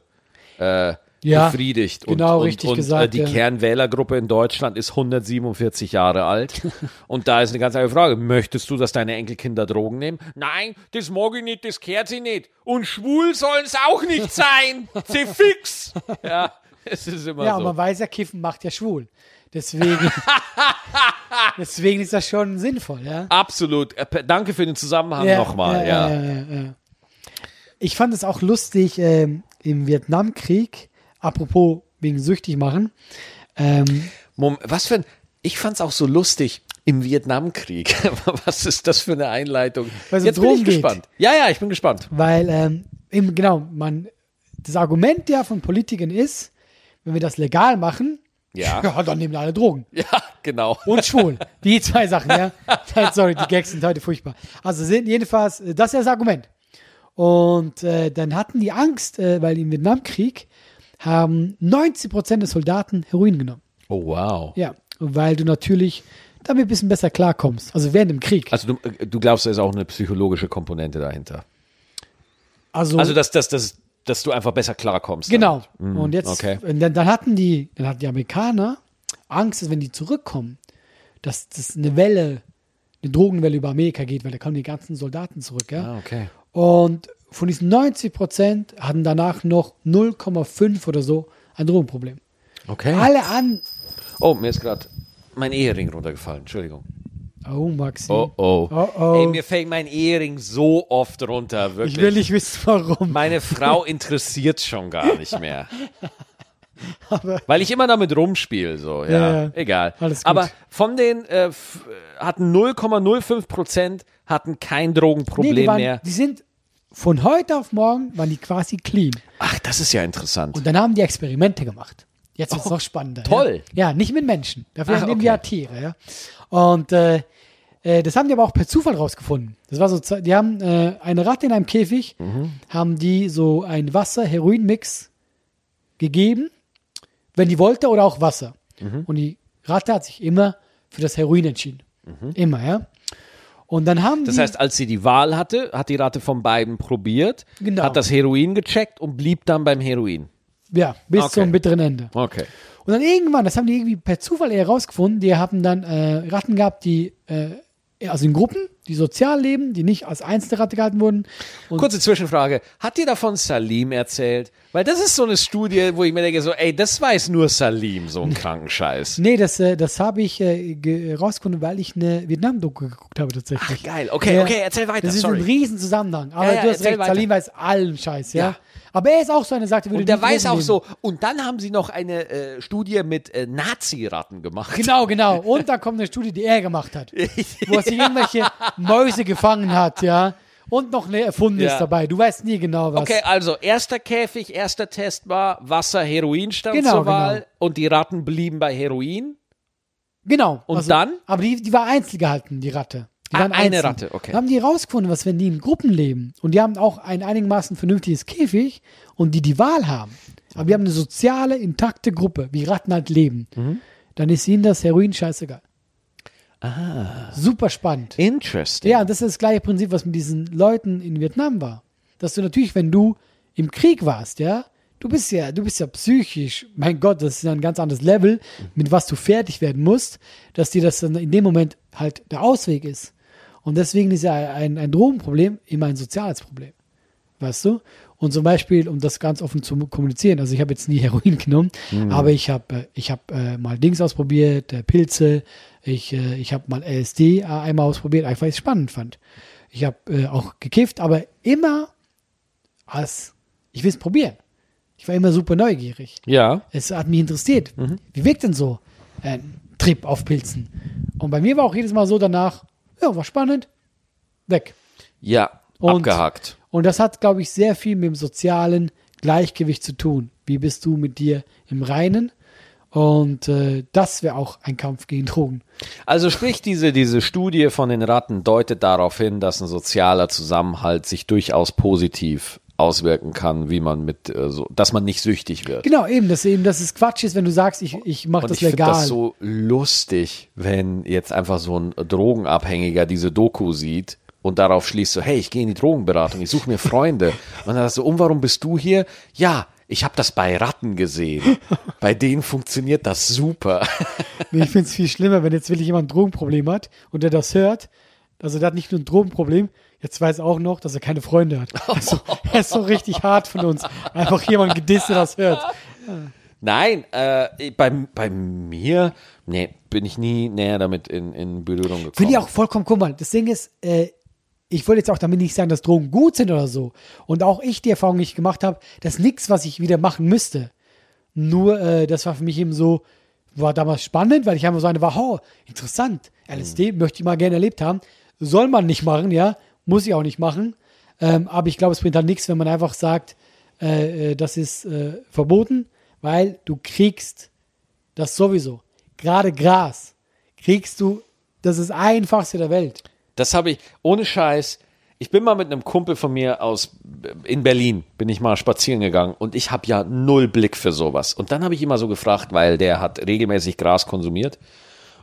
Speaker 1: äh,
Speaker 2: Ja,
Speaker 1: befriedigt.
Speaker 2: genau,
Speaker 1: und, und,
Speaker 2: richtig
Speaker 1: und, Äh,
Speaker 2: gesagt,
Speaker 1: die
Speaker 2: ja.
Speaker 1: Kernwählergruppe in Deutschland ist 147 Jahre alt. und da ist eine ganz einfache Frage. Möchtest du, dass deine Enkelkinder Drogen nehmen? Nein, das mag ich nicht, das kehrt sie nicht. Und schwul sollen es auch nicht sein. Sie fix. Ja, es ist immer
Speaker 2: ja,
Speaker 1: so.
Speaker 2: und man weiß ja, Kiffen macht ja schwul. Deswegen, deswegen ist das schon sinnvoll, ja.
Speaker 1: Absolut. Äh, Danke für den Zusammenhang nochmal. Ja,
Speaker 2: ja, ja, ja. Ich fand es auch lustig ähm, im Vietnamkrieg, apropos wegen süchtig machen. Ähm,
Speaker 1: Mom was für ein. Ich fand's auch so lustig im Vietnamkrieg. was ist das für eine Einleitung?
Speaker 2: Weil es um
Speaker 1: Jetzt bin ich
Speaker 2: Drogen geht.
Speaker 1: gespannt. Ja, ja, ich bin gespannt.
Speaker 2: Weil, ähm, eben, genau, man, das Argument ja von Politikern ist, wenn wir das legal machen,
Speaker 1: Ja.
Speaker 2: ja dann nehmen alle Drogen.
Speaker 1: Ja, genau.
Speaker 2: Und schwul. die zwei Sachen, ja. Nein, Sorry, die Gags sind heute furchtbar. Also sind jedenfalls, äh, das ist ja das Argument. Und äh, dann hatten die Angst, äh, weil im Vietnamkrieg haben 90% der Soldaten Heroin genommen.
Speaker 1: Oh, wow.
Speaker 2: Ja, weil du natürlich damit ein bisschen besser klarkommst. Also während dem Krieg.
Speaker 1: Also du, äh, du glaubst, da ist auch eine psychologische Komponente dahinter.
Speaker 2: Also,
Speaker 1: Also, dass, dass, dass, dass du einfach besser klarkommst.
Speaker 2: Genau. und jetzt,
Speaker 1: okay.
Speaker 2: und dann, dann hatten die, dann hatten die Amerikaner Angst, dass wenn die zurückkommen, dass das eine Welle, eine Drogenwelle über Amerika geht, weil da kommen die ganzen Soldaten zurück, ja.
Speaker 1: Ah, okay.
Speaker 2: Und von diesen 90 Prozent hatten danach noch 0,5 oder so ein Drogenproblem.
Speaker 1: Okay.
Speaker 2: Alle an.
Speaker 1: Oh, mir ist gerade mein Ehering runtergefallen. Entschuldigung.
Speaker 2: Oh, Maxi.
Speaker 1: Oh, oh.
Speaker 2: Oh, oh.
Speaker 1: Ey, mir fällt mein Ehering so oft runter, wirklich.
Speaker 2: ich will nicht wissen, warum.
Speaker 1: Meine Frau interessiert schon gar nicht mehr. Weil ich immer damit rumspiele, so, ja.
Speaker 2: Ja, ja.
Speaker 1: Egal.
Speaker 2: Alles gut.
Speaker 1: Aber von den äh, f- hatten 0,05 Prozent hatten kein
Speaker 2: Nee,
Speaker 1: Drogenproblem
Speaker 2: die, waren,
Speaker 1: mehr.
Speaker 2: die sind von heute auf morgen waren die quasi clean.
Speaker 1: Ach, das ist ja interessant.
Speaker 2: Und dann haben die Experimente gemacht. Jetzt wird es noch spannender.
Speaker 1: Oh, toll.
Speaker 2: Ja. ja, nicht mit Menschen. Dafür
Speaker 1: Ach,
Speaker 2: nehmen
Speaker 1: okay.
Speaker 2: wir ja Tiere. Ja. Und äh, äh, das haben die aber auch per Zufall rausgefunden. Das war so, zwei- die haben äh, eine Ratte in einem Käfig,
Speaker 1: Mhm.
Speaker 2: haben die so ein Wasser-Heroin-Mix gegeben, wenn die wollte oder auch Wasser.
Speaker 1: Mhm.
Speaker 2: Und die Ratte hat sich immer für das Heroin entschieden. Immer, ja. Und dann haben
Speaker 1: Mhm. Das
Speaker 2: die,
Speaker 1: heißt, als sie die Wahl hatte, hat die Ratte von beiden probiert,
Speaker 2: Genau.
Speaker 1: hat das Heroin gecheckt und blieb dann beim Heroin.
Speaker 2: ja, bis
Speaker 1: Okay.
Speaker 2: zum bitteren Ende.
Speaker 1: Okay.
Speaker 2: Und dann irgendwann, das haben die irgendwie per Zufall eher rausgefunden, die haben dann äh, Ratten gehabt, die, äh, also in Gruppen, die sozial leben, die nicht als einzelne Ratte gehalten wurden. Und
Speaker 1: Kurze Zwischenfrage. Hat dir davon Salim erzählt? Weil das ist so eine Studie, wo ich mir denke, so, ey, das weiß nur Salim, so ein Krankenscheiß.
Speaker 2: nee, das, äh, das habe ich äh, ge- rausgefunden, weil ich eine Vietnam-Doku geguckt habe tatsächlich.
Speaker 1: Ach, geil. Okay,
Speaker 2: Ja.
Speaker 1: okay, erzähl weiter.
Speaker 2: Das ist
Speaker 1: Sorry.
Speaker 2: ein Riesenzusammenhang. Aber
Speaker 1: Ja, ja,
Speaker 2: du hast
Speaker 1: erzähl
Speaker 2: recht,
Speaker 1: weiter.
Speaker 2: Salim weiß allen Scheiß, ja.
Speaker 1: Ja.
Speaker 2: Aber er ist auch so einer, der sagt, er würde
Speaker 1: Und der
Speaker 2: nie
Speaker 1: weiß auch
Speaker 2: leben.
Speaker 1: so. Und dann haben sie noch eine äh, Studie mit äh, Nazi-Ratten gemacht.
Speaker 2: Genau, genau. Und da kommt eine Studie, die er gemacht hat, wo er sich irgendwelche Mäuse gefangen hat, ja. Und noch eine erfundene
Speaker 1: Ja.
Speaker 2: ist dabei. Du weißt nie genau, was.
Speaker 1: Okay, also erster Käfig, erster Test war Wasser, Heroin stand
Speaker 2: Genau,
Speaker 1: zur Wahl
Speaker 2: genau.
Speaker 1: und die Ratten blieben bei Heroin.
Speaker 2: Genau.
Speaker 1: Und dann?
Speaker 2: Aber die, die war einzeln gehalten, die Ratte. Die Die waren
Speaker 1: Ah, eine
Speaker 2: einzeln.
Speaker 1: Ratte, okay.
Speaker 2: Da haben die rausgefunden, was wenn die in Gruppen leben. Und die haben auch ein einigermaßen vernünftiges Käfig und die die Wahl haben. Aber die haben eine soziale, intakte Gruppe, wie Ratten halt leben.
Speaker 1: Mhm.
Speaker 2: Dann ist ihnen das Heroin scheißegal. Ah. Super spannend.
Speaker 1: Interesting.
Speaker 2: Ja, und das ist das gleiche Prinzip, was mit diesen Leuten in Vietnam war. Dass du natürlich, wenn du im Krieg warst, ja, du bist ja, du bist ja psychisch, mein Gott, das ist ja ein ganz anderes Level, mit was du fertig werden musst, dass dir das dann in dem Moment halt der Ausweg ist. Und deswegen ist ja ein, ein Drogenproblem immer ein soziales Problem. Weißt du? Und zum Beispiel, um das ganz offen zu kommunizieren, also ich habe jetzt nie Heroin genommen, aber ich habe ich hab, äh, mal Dings ausprobiert, äh, Pilze, ich, äh, ich habe mal LSD äh, einmal ausprobiert, einfach weil ich es spannend fand. Ich habe äh, auch gekifft, aber immer als, ich will es probieren. Ich war immer super neugierig.
Speaker 1: Ja.
Speaker 2: Es hat mich interessiert. Wie wirkt denn so ein Trip auf Pilzen? Und bei mir war auch jedes Mal so danach, ja, war spannend, weg.
Speaker 1: Ja.
Speaker 2: Und-
Speaker 1: Abgehakt.
Speaker 2: Und das hat, glaube ich, sehr viel mit dem sozialen Gleichgewicht zu tun. Wie bist du mit dir im Reinen? Und äh, das wäre auch ein Kampf gegen Drogen.
Speaker 1: Also sprich, diese, diese Studie von den Ratten deutet darauf hin, dass ein sozialer Zusammenhalt sich durchaus positiv auswirken kann, wie man mit, äh, so, dass man nicht süchtig wird.
Speaker 2: Genau, eben, dass eben, dass es Quatsch ist, wenn du sagst, ich, ich mache
Speaker 1: Und
Speaker 2: das
Speaker 1: ich finde
Speaker 2: legal.
Speaker 1: das so lustig, wenn jetzt einfach so ein Drogenabhängiger diese Doku sieht und darauf schließt so, hey, ich gehe in die Drogenberatung, ich suche mir Freunde. Und dann so, um, warum bist du hier? Ja, ich habe das bei Ratten gesehen. Bei denen funktioniert das super.
Speaker 2: Nee, Ich finde es viel schlimmer, wenn jetzt wirklich jemand ein Drogenproblem hat und der das hört. Also der hat nicht nur ein Drogenproblem, jetzt weiß er auch noch, dass er keine Freunde hat. Also, er ist so richtig hart von uns. Einfach jemand gedisst, der das hört.
Speaker 1: Nein, äh, bei, bei mir, nee, bin ich nie näher damit in, in Berührung gekommen.
Speaker 2: Finde ich auch vollkommen, guck mal, das Ding ist, äh, ich wollte jetzt auch damit nicht sagen, dass Drogen gut sind oder so. Und auch ich die Erfahrung, die ich gemacht habe, das ist nichts, was ich wieder machen müsste. Nur, äh, das war für mich eben so, war damals spannend, weil ich einfach so eine war, oh, interessant, LSD möchte ich mal gerne erlebt haben. Soll man nicht machen, ja, muss ich auch nicht machen. Ähm, aber ich glaube, es bringt halt nichts, wenn man einfach sagt, äh, äh, das ist äh, verboten, weil du kriegst das sowieso. Gerade Gras kriegst du, das ist das einfachste der Welt.
Speaker 1: Das habe ich, ohne Scheiß, ich bin mal mit einem Kumpel von mir aus, in Berlin, bin ich mal spazieren gegangen und ich habe ja null Blick für sowas. Und dann habe ich immer so gefragt, weil der hat regelmäßig Gras konsumiert.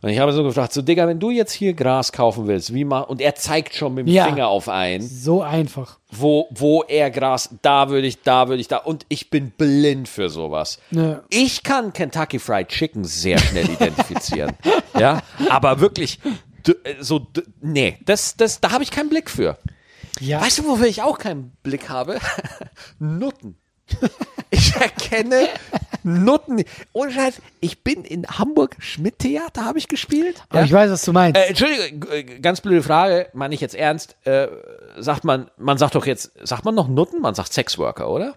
Speaker 1: Und ich habe so gefragt, so Digga, wenn du jetzt hier Gras kaufen willst, wie mal, und er zeigt schon mit dem
Speaker 2: Ja.
Speaker 1: Finger auf einen,
Speaker 2: So einfach.
Speaker 1: wo, wo er Gras, da würde ich, da würde ich, da, und ich bin blind für sowas.
Speaker 2: Ja.
Speaker 1: Ich kann Kentucky Fried Chicken sehr schnell identifizieren. ja, aber wirklich, d- äh, so, d- nee, das, das, da habe ich keinen Blick für.
Speaker 2: Ja.
Speaker 1: Weißt du, wofür ich auch keinen Blick habe? Nutten. Ich erkenne Nutten. Ohne Scheiß, ich bin in Hamburg Schmidt-Theater, habe ich gespielt.
Speaker 2: Aber ich weiß, was du meinst.
Speaker 1: Äh, Entschuldigung, g- g- ganz blöde Frage, meine ich jetzt ernst. Äh, sagt man, man sagt doch jetzt, sagt man noch Nutten? Man sagt Sexworker, oder?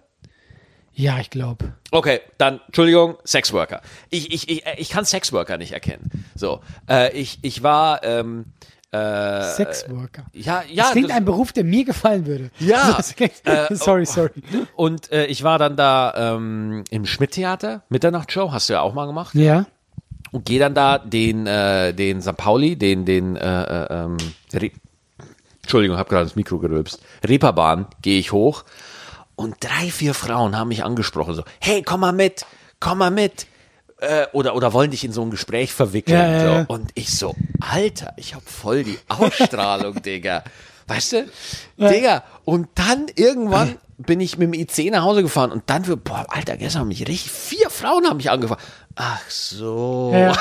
Speaker 2: ja, ich glaube.
Speaker 1: Okay, dann, Entschuldigung, Sexworker. Ich, ich, ich, äh, ich kann Sexworker nicht erkennen. So, äh, ich, ich war, ähm, äh,
Speaker 2: Sexworker.
Speaker 1: ja,
Speaker 2: das
Speaker 1: ja.
Speaker 2: klingt
Speaker 1: das-
Speaker 2: ein Beruf, der mir gefallen würde.
Speaker 1: Ja.
Speaker 2: So, das klingt-
Speaker 1: Äh,
Speaker 2: sorry, sorry.
Speaker 1: Und äh, ich war dann da ähm, im Schmidt-Theater, Mitternachtsshow, hast du ja auch mal gemacht.
Speaker 2: Ja.
Speaker 1: Und gehe dann da den, äh, den St. Pauli, den, den, äh, äh, ähm, Re Entschuldigung, habe gerade ins Mikro gerülpst. Reeperbahn gehe ich hoch und drei, vier Frauen haben mich angesprochen, so, hey, komm mal mit, komm mal mit. Äh, oder, oder wollen dich in so ein Gespräch verwickeln.
Speaker 2: Ja, ja,
Speaker 1: so.
Speaker 2: ja.
Speaker 1: Und ich so, Alter, ich hab voll die Ausstrahlung, Digga. Weißt du? Digga. Und dann irgendwann bin ich mit dem IC nach Hause gefahren und dann für, boah, Alter, gestern haben mich richtig, vier Frauen haben mich angefangen. Ach so.
Speaker 2: ja.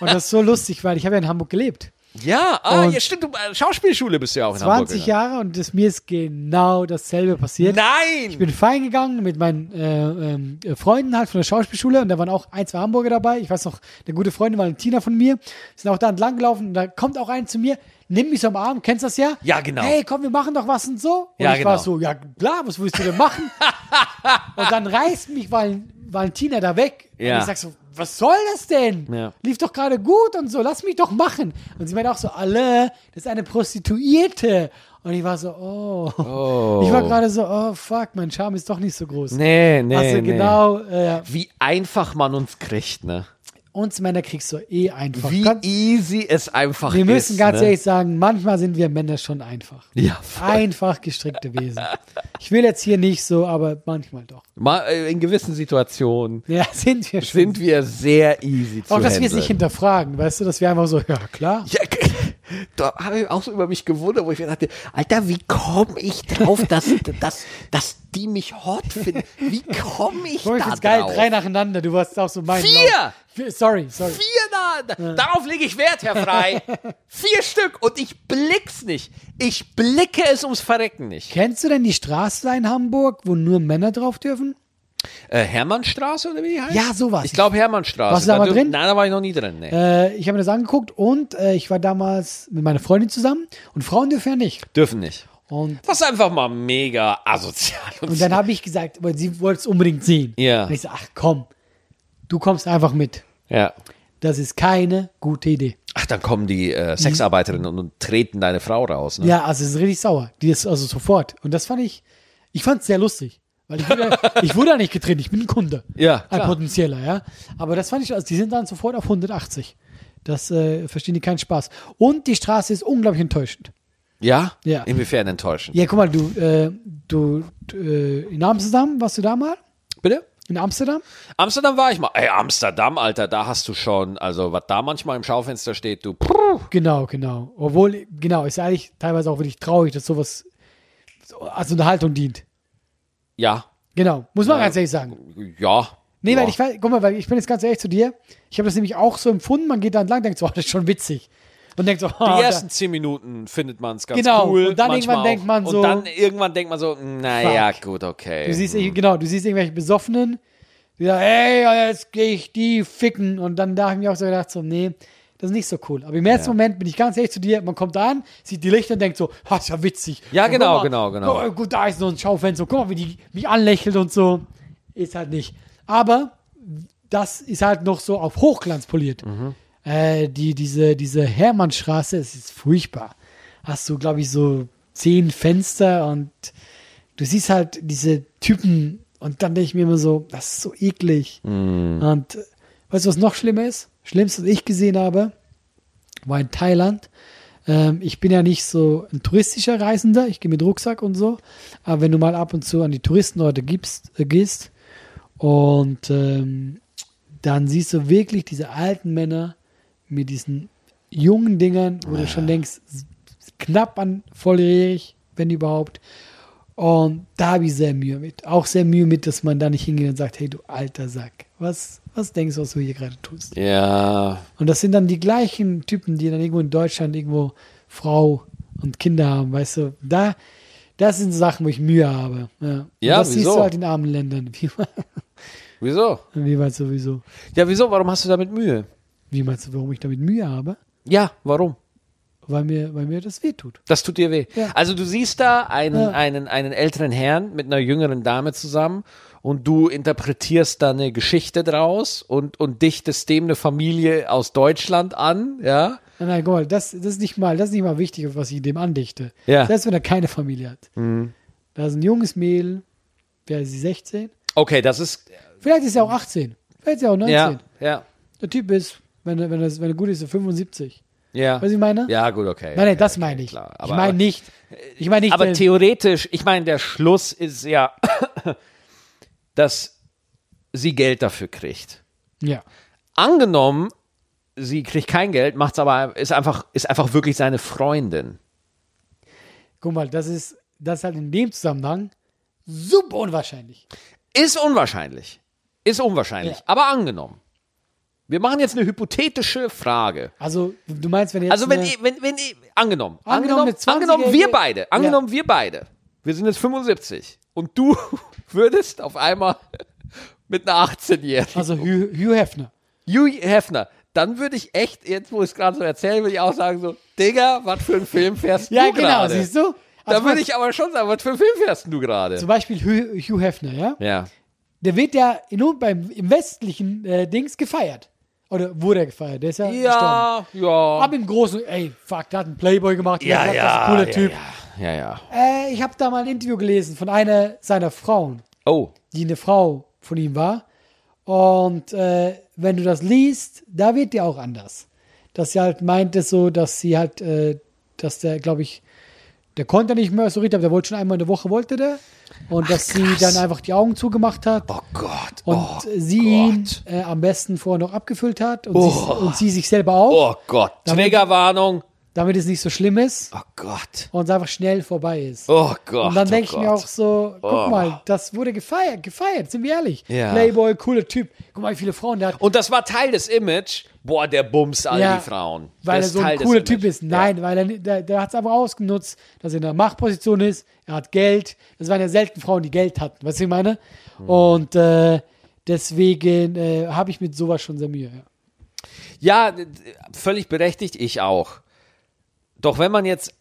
Speaker 2: Und das ist so lustig, weil ich habe ja in Hamburg gelebt.
Speaker 1: Ja, ah,
Speaker 2: Und-
Speaker 1: ja, stimmt, du, äh, Schauspielschule bist du ja auch in Hamburg.
Speaker 2: 20 Jahre und das, mir ist genau dasselbe passiert.
Speaker 1: Nein!
Speaker 2: Ich bin feiern gegangen mit meinen äh, ähm, äh, Freunden halt von der Schauspielschule und da waren auch ein, zwei Hamburger dabei. Ich weiß noch, eine gute Freundin Valentina von mir, sind auch da entlang gelaufen und da kommt auch ein zu mir, nimm mich so am Arm, kennst das ja?
Speaker 1: Ja, genau.
Speaker 2: Hey, komm, wir machen doch was und so. Und
Speaker 1: Ja,
Speaker 2: ich
Speaker 1: genau.
Speaker 2: war so, ja klar, was willst du denn machen? und dann reißt mich Val Valentina da weg.
Speaker 1: Ja.
Speaker 2: Und ich sag so, was soll das denn?
Speaker 1: Ja.
Speaker 2: Lief doch gerade gut und so, lass mich doch machen. Und sie meinte auch so, alle, das ist eine Prostituierte. Und ich war so, oh. Ich war gerade so, oh fuck, mein Charme ist doch nicht so groß.
Speaker 1: Nee, nee,
Speaker 2: also
Speaker 1: nee.
Speaker 2: genau, äh,
Speaker 1: Wie einfach man uns kriegt, ne?
Speaker 2: Uns Männer kriegst du eh einfach.
Speaker 1: Wie
Speaker 2: Ganz-
Speaker 1: easy es einfach
Speaker 2: wir
Speaker 1: ist.
Speaker 2: müssen ganz
Speaker 1: ne?
Speaker 2: ehrlich sagen, manchmal sind wir Männer schon einfach.
Speaker 1: Ja, voll.
Speaker 2: Einfach gestrickte Wesen. Ich will jetzt hier nicht so, aber manchmal doch.
Speaker 1: Mal, äh, in gewissen Situationen
Speaker 2: Ja, sind wir schon.
Speaker 1: sind wir sehr easy zu
Speaker 2: Auch dass wir es
Speaker 1: handeln.
Speaker 2: nicht hinterfragen, weißt du, dass wir einfach so, ja klar.
Speaker 1: Ja, da habe ich auch so über mich gewundert, wo ich mir dachte, Alter, wie komme ich drauf, dass, dass, dass die mich hot finden? Wie komme ich
Speaker 2: Boah, ich
Speaker 1: da
Speaker 2: find's geil,
Speaker 1: drauf?
Speaker 2: drei nacheinander, du warst auch so mein
Speaker 1: Vier!
Speaker 2: Lauf. Vier, Sorry, sorry.
Speaker 1: Vier da, darauf lege ich Wert, Herr Frei. Vier Stück und ich blick's nicht. Ich blicke es ums Verrecken nicht.
Speaker 2: Kennst du denn die Straße da in Hamburg, wo nur Männer drauf dürfen?
Speaker 1: Äh, Hermannstraße oder wie die heißt?
Speaker 2: Ja, sowas.
Speaker 1: Ich glaube Hermannstraße.
Speaker 2: Warst du da mal
Speaker 1: dür-
Speaker 2: drin?
Speaker 1: Nein, da war ich noch nie drin. Nee.
Speaker 2: Äh, ich habe mir das angeguckt und äh, ich war damals mit meiner Freundin zusammen und Frauen dürfen ja nicht.
Speaker 1: Dürfen nicht.
Speaker 2: Und,
Speaker 1: Was einfach mal mega asozial und,
Speaker 2: und dann habe ich gesagt, weil sie wollte es unbedingt sehen.
Speaker 1: Ja.
Speaker 2: Und ich sage, ach komm, du kommst einfach mit.
Speaker 1: ja.
Speaker 2: Das ist keine gute Idee.
Speaker 1: Ach, dann kommen die äh, Sexarbeiterinnen und, und treten deine Frau raus. Ne?
Speaker 2: Ja, also es ist richtig sauer. Die ist also sofort. Und das fand ich, ich fand es sehr lustig. Weil ich wurde, ich wurde ja nicht getrennt, ich bin ein Kunde.
Speaker 1: Ja,
Speaker 2: Ein
Speaker 1: klar.
Speaker 2: potenzieller, ja. Aber das fand ich, also die sind dann sofort auf 180. Das äh, verstehen die keinen Spaß. Und die Straße ist unglaublich enttäuschend.
Speaker 1: Ja?
Speaker 2: Ja.
Speaker 1: Inwiefern enttäuschend?
Speaker 2: Ja, guck mal, du, äh, du, d- äh, in Amsterdam warst du da mal?
Speaker 1: Bitte?
Speaker 2: In Amsterdam?
Speaker 1: Amsterdam war ich mal. Ey, Amsterdam, Alter, da hast du schon, also was da manchmal im Schaufenster steht, du.
Speaker 2: Genau, genau. Obwohl, genau, ist ja eigentlich teilweise auch wirklich traurig, dass sowas so als Unterhaltung dient.
Speaker 1: Ja.
Speaker 2: Genau, muss man ganz ehrlich sagen.
Speaker 1: Ja.
Speaker 2: Nee,
Speaker 1: ja.
Speaker 2: weil ich weiß, guck mal, weil ich bin jetzt ganz ehrlich zu dir. Ich habe das nämlich auch so empfunden. Man geht da entlang, denkt so, oh, das ist schon witzig. Und denkt so,
Speaker 1: Die
Speaker 2: oh, da-
Speaker 1: ersten zehn Minuten findet man es ganz
Speaker 2: Genau,
Speaker 1: cool.
Speaker 2: und dann
Speaker 1: manchmal
Speaker 2: irgendwann denkt man so-
Speaker 1: Und dann irgendwann denkt man so, naja,
Speaker 2: Fuck.
Speaker 1: gut, okay.
Speaker 2: du siehst, genau, du siehst irgendwelche Besoffenen, die sagen, hey, jetzt gehe ich die ficken. Und dann da habe ich mir auch so gedacht, so, nee, das ist nicht so cool. Aber im ersten Moment bin ich ganz ehrlich zu dir. Man kommt da an, sieht die Lichter und denkt so, oh, ist ja witzig.
Speaker 1: Ja,
Speaker 2: Und guck
Speaker 1: genau,
Speaker 2: mal,
Speaker 1: genau, genau.
Speaker 2: guck mal, gut, da ist noch ein Schaufenster. Guck mal, wie die mich anlächelt und so. Ist halt nicht. Aber das ist halt noch so auf Hochglanz poliert.
Speaker 1: Mhm.
Speaker 2: Äh, die, diese, diese Hermannstraße, es ist furchtbar. Hast du, glaube ich, so zehn Fenster und du siehst halt diese Typen und dann denke ich mir immer so, das ist so eklig. Und äh, weißt du, was noch schlimmer ist? Schlimmste, was ich gesehen habe, war in Thailand. Ähm, ich bin ja nicht so ein touristischer Reisender, ich gehe mit Rucksack und so. Aber wenn du mal ab und zu an die Touristenorte gibst, äh, gehst und ähm, dann siehst du wirklich diese alten Männer mit diesen jungen Dingern, wo du schon denkst, s- s- knapp an volljährig, wenn überhaupt. Und da habe ich sehr Mühe mit. Auch sehr Mühe mit, dass man da nicht hingeht und sagt, hey du alter Sack, was, was denkst du, was du hier gerade tust?
Speaker 1: ja.
Speaker 2: Und das sind dann die gleichen Typen, die dann irgendwo in Deutschland irgendwo Frau und Kinder haben, weißt du? Da, das sind so Sachen, wo ich Mühe habe. Ja, Und
Speaker 1: Ja,
Speaker 2: das siehst
Speaker 1: wieso?
Speaker 2: du halt in armen Ländern. Wie,
Speaker 1: Wieso?
Speaker 2: wie meinst du, wieso?
Speaker 1: Ja, wieso? Warum hast du damit Mühe?
Speaker 2: Wie meinst du, warum ich damit Mühe habe?
Speaker 1: Ja, warum?
Speaker 2: Weil mir, weil mir das wehtut.
Speaker 1: Das tut dir weh.
Speaker 2: Ja.
Speaker 1: Also du siehst da einen,
Speaker 2: Ja.
Speaker 1: einen, einen älteren Herrn mit einer jüngeren Dame zusammen und du interpretierst da eine Geschichte draus und, und dichtest dem eine Familie aus Deutschland an, ja?
Speaker 2: Nein, nein, guck mal, das, das, ist nicht mal, das ist nicht mal wichtig, was ich dem andichte.
Speaker 1: Ja. Mhm.
Speaker 2: Selbst wenn er keine Familie hat. Da ist ein junges Mädel, wer ist sie, 16?
Speaker 1: Okay, das ist,
Speaker 2: Vielleicht ist er auch 18. Vielleicht ist er auch 19.
Speaker 1: ja, ja,
Speaker 2: Der Typ ist, wenn er, wenn er, wenn er gut ist, so 75.
Speaker 1: ja.
Speaker 2: Weißt du, was ich meine?
Speaker 1: Ja, gut, okay.
Speaker 2: Nein,
Speaker 1: okay,
Speaker 2: nein, das
Speaker 1: okay,
Speaker 2: meine ich.
Speaker 1: klar. äh,
Speaker 2: ich meine nicht. Ich meine nicht.
Speaker 1: Aber
Speaker 2: der-
Speaker 1: theoretisch, ich meine, der Schluss ist ja, dass sie Geld dafür kriegt.
Speaker 2: ja.
Speaker 1: Angenommen, sie kriegt kein Geld, macht's aber, ist einfach, ist einfach wirklich seine Freundin.
Speaker 2: Guck mal, das ist, das ist halt in dem Zusammenhang super unwahrscheinlich.
Speaker 1: Ist unwahrscheinlich. Ist unwahrscheinlich.
Speaker 2: Ja.
Speaker 1: Aber angenommen. Wir machen jetzt eine hypothetische Frage.
Speaker 2: Also, du meinst, wenn jetzt.
Speaker 1: Also wenn,
Speaker 2: eine,
Speaker 1: ich- wenn, wenn ich- angenommen,
Speaker 2: Angenommen,
Speaker 1: angenommen,
Speaker 2: eine 20-jährige
Speaker 1: angenommen wir beide, angenommen wir beide, wir sind jetzt 75 und du würdest auf einmal mit einer 18-Jährigen,
Speaker 2: Also Hugh, Hugh Hefner.
Speaker 1: Hugh Hefner, dann würde ich echt, jetzt wo ich es gerade so erzähle, würde ich auch sagen so, Digga, was für ein Film fährst
Speaker 2: Ja,
Speaker 1: du
Speaker 2: genau,
Speaker 1: gerade?
Speaker 2: siehst du?
Speaker 1: Da würde
Speaker 2: mal,
Speaker 1: ich aber schon sagen, Also was für ein Film fährst du gerade?
Speaker 2: Zum Beispiel Hugh, Hugh Hefner, ja?
Speaker 1: Ja.
Speaker 2: Der wird ja in, beim, im westlichen äh, Dings gefeiert. Oder wurde er gefeiert? Der ist ja, gestorben.
Speaker 1: Ja, ja.
Speaker 2: Aber im Großen, ey, fuck, der hat einen Playboy gemacht. der
Speaker 1: ja,
Speaker 2: hat gesagt,
Speaker 1: ja,
Speaker 2: das ist ein cooler
Speaker 1: ja,
Speaker 2: Typ.
Speaker 1: Ja, ja, ja.
Speaker 2: Äh, ich habe da mal ein Interview gelesen von einer seiner Frauen.
Speaker 1: Oh,
Speaker 2: die eine Frau von ihm war. Und äh, wenn du das liest, da wird dir auch anders. Dass sie halt meint es so, dass sie halt, äh, dass der, glaube ich, der konnte nicht mehr so richtig, aber der wollte schon einmal in der Woche, wollte der. Und dass sie dann einfach die Augen zugemacht hat
Speaker 1: Oh Gott.
Speaker 2: und
Speaker 1: oh
Speaker 2: sie ihn
Speaker 1: Gott.
Speaker 2: äh, am besten vorher noch abgefüllt hat und, sie, und sie sich selber auch,
Speaker 1: Oh Gott.
Speaker 2: Damit-
Speaker 1: Triggerwarnung.
Speaker 2: damit es nicht so schlimm ist
Speaker 1: Oh Gott.
Speaker 2: und es einfach schnell vorbei ist.
Speaker 1: Oh Gott.
Speaker 2: Und dann
Speaker 1: oh
Speaker 2: denke ich
Speaker 1: Gott.
Speaker 2: mir auch so, guck
Speaker 1: Oh.
Speaker 2: mal, das wurde gefeiert, gefeiert, sind wir ehrlich.
Speaker 1: Ja.
Speaker 2: Playboy, cooler Typ. Guck mal, wie viele Frauen der hat.
Speaker 1: Und das war Teil des Image. Boah, der bumst all
Speaker 2: Ja,
Speaker 1: die Frauen.
Speaker 2: Weil
Speaker 1: das
Speaker 2: er so ein
Speaker 1: Teil des
Speaker 2: cooler
Speaker 1: Image.
Speaker 2: Typ ist. Nein, weil er, ni- der, der hat es einfach ausgenutzt, dass er in der Machtposition ist, er hat Geld. Das waren ja selten Frauen, die Geld hatten, weißt du, was ich meine?
Speaker 1: Hm.
Speaker 2: Und äh, deswegen äh, habe ich mit sowas schon sehr Mühe. Ja.
Speaker 1: Ja, d- d- völlig berechtigt, ich auch. Doch wenn man jetzt,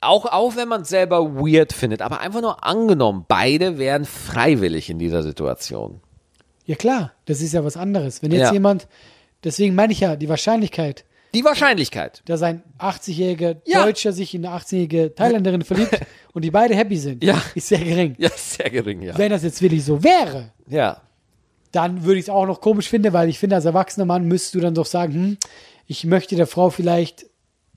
Speaker 1: auch, auch wenn man es selber weird findet, aber einfach nur angenommen, beide wären freiwillig in dieser Situation.
Speaker 2: Ja klar, das ist ja was anderes. Wenn jetzt
Speaker 1: Ja.
Speaker 2: jemand, deswegen meine ich ja, die Wahrscheinlichkeit,
Speaker 1: Die Wahrscheinlichkeit.
Speaker 2: dass ein 80-jähriger
Speaker 1: Ja.
Speaker 2: Deutscher sich in eine 18-jährige Thailänderin verliebt und die beide happy sind,
Speaker 1: Ja.
Speaker 2: ist sehr gering.
Speaker 1: Ja, sehr gering, ja.
Speaker 2: Wenn das jetzt wirklich so wäre,
Speaker 1: Ja.
Speaker 2: dann würde ich es auch noch komisch finden, weil ich finde, als erwachsener Mann müsstest du dann doch sagen, hm, ich möchte der Frau vielleicht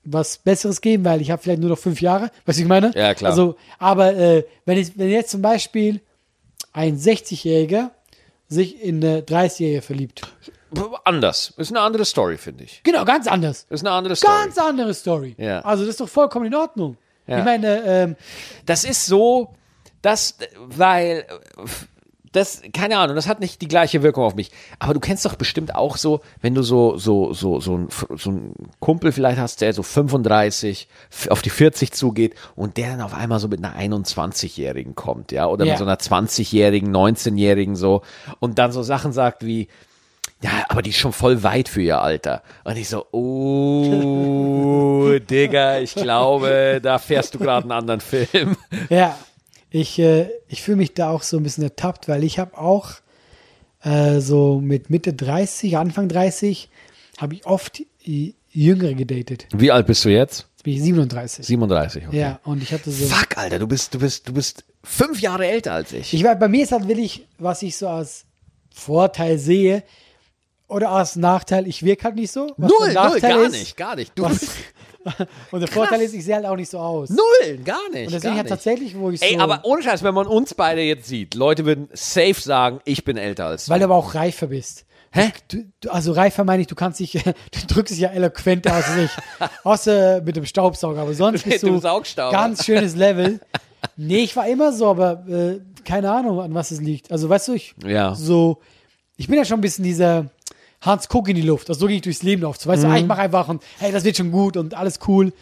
Speaker 2: was Besseres geben, weil ich habe vielleicht nur noch fünf Jahre, weißt du, ich meine?
Speaker 1: Ja, klar.
Speaker 2: Also, aber äh, wenn, ich, wenn jetzt zum Beispiel ein 60-Jähriger sich in eine 30-Jährige verliebt,
Speaker 1: P- Anders. Ist eine andere Story, finde ich.
Speaker 2: Genau, ganz anders.
Speaker 1: Ist eine andere Story.
Speaker 2: Ganz andere Story.
Speaker 1: Ja.
Speaker 2: Also das ist doch vollkommen in Ordnung.
Speaker 1: Ja.
Speaker 2: Ich meine, ähm,
Speaker 1: Das ist so, das, weil, das, keine Ahnung, das hat nicht die gleiche Wirkung auf mich. Aber du kennst doch bestimmt auch so, wenn du so, so, so, so, ein, so ein Kumpel vielleicht hast, der so 35 f- auf die 40 zugeht und der dann auf einmal so mit einer 21-Jährigen kommt, ja, oder
Speaker 2: Ja.
Speaker 1: mit so einer 20-Jährigen, 19-Jährigen so und dann so Sachen sagt wie, ja, aber die ist schon voll weit für ihr Alter. Und ich so, oh, Digga, ich glaube, da fährst du gerade einen anderen Film.
Speaker 2: ja, ich, äh, ich fühle mich da auch so ein bisschen ertappt, weil ich habe auch äh, so mit Mitte 30, Anfang 30, habe ich oft i- Jüngere gedatet.
Speaker 1: Wie alt bist du jetzt?
Speaker 2: Jetzt bin ich 37.
Speaker 1: 37. Okay.
Speaker 2: Ja, und ich hatte so...
Speaker 1: Fuck, Alter, du bist, du bist, du bist fünf Jahre älter als ich.
Speaker 2: Ich weiß, bei mir ist halt wirklich, was ich so als Vorteil sehe oder als Nachteil, ich wirke halt nicht so. was
Speaker 1: null,
Speaker 2: der
Speaker 1: null,
Speaker 2: Nachteil
Speaker 1: gar
Speaker 2: ist.
Speaker 1: nicht, gar nicht. Du
Speaker 2: Was,
Speaker 1: bist
Speaker 2: und der Vorteil ist, ich sehe halt auch nicht so aus.
Speaker 1: null, gar nicht.
Speaker 2: Und deswegen
Speaker 1: gar
Speaker 2: hat
Speaker 1: nicht.
Speaker 2: tatsächlich, wo ich
Speaker 1: Ey,
Speaker 2: so,
Speaker 1: aber ohne Scheiß, wenn man uns beide jetzt sieht, Leute würden safe sagen, ich bin älter als du.
Speaker 2: weil du aber auch reifer bist.
Speaker 1: Hä?
Speaker 2: Du, du, also reifer meine ich, du kannst dich, du drückst dich ja eloquent aus, als ich. Außer mit dem Staubsauger, aber sonst
Speaker 1: Mit
Speaker 2: bist du
Speaker 1: dem Saugstauber.
Speaker 2: ganz schönes Level. Nee, ich war immer so, aber äh, keine Ahnung, an was es liegt. Also weißt du, ich
Speaker 1: Ja.
Speaker 2: so, ich bin ja schon ein bisschen dieser Hans Kuck in die Luft. Also so gehe ich durchs Leben auf. So, weißt du, ah, ich mache einfach und hey, das wird schon gut und alles cool.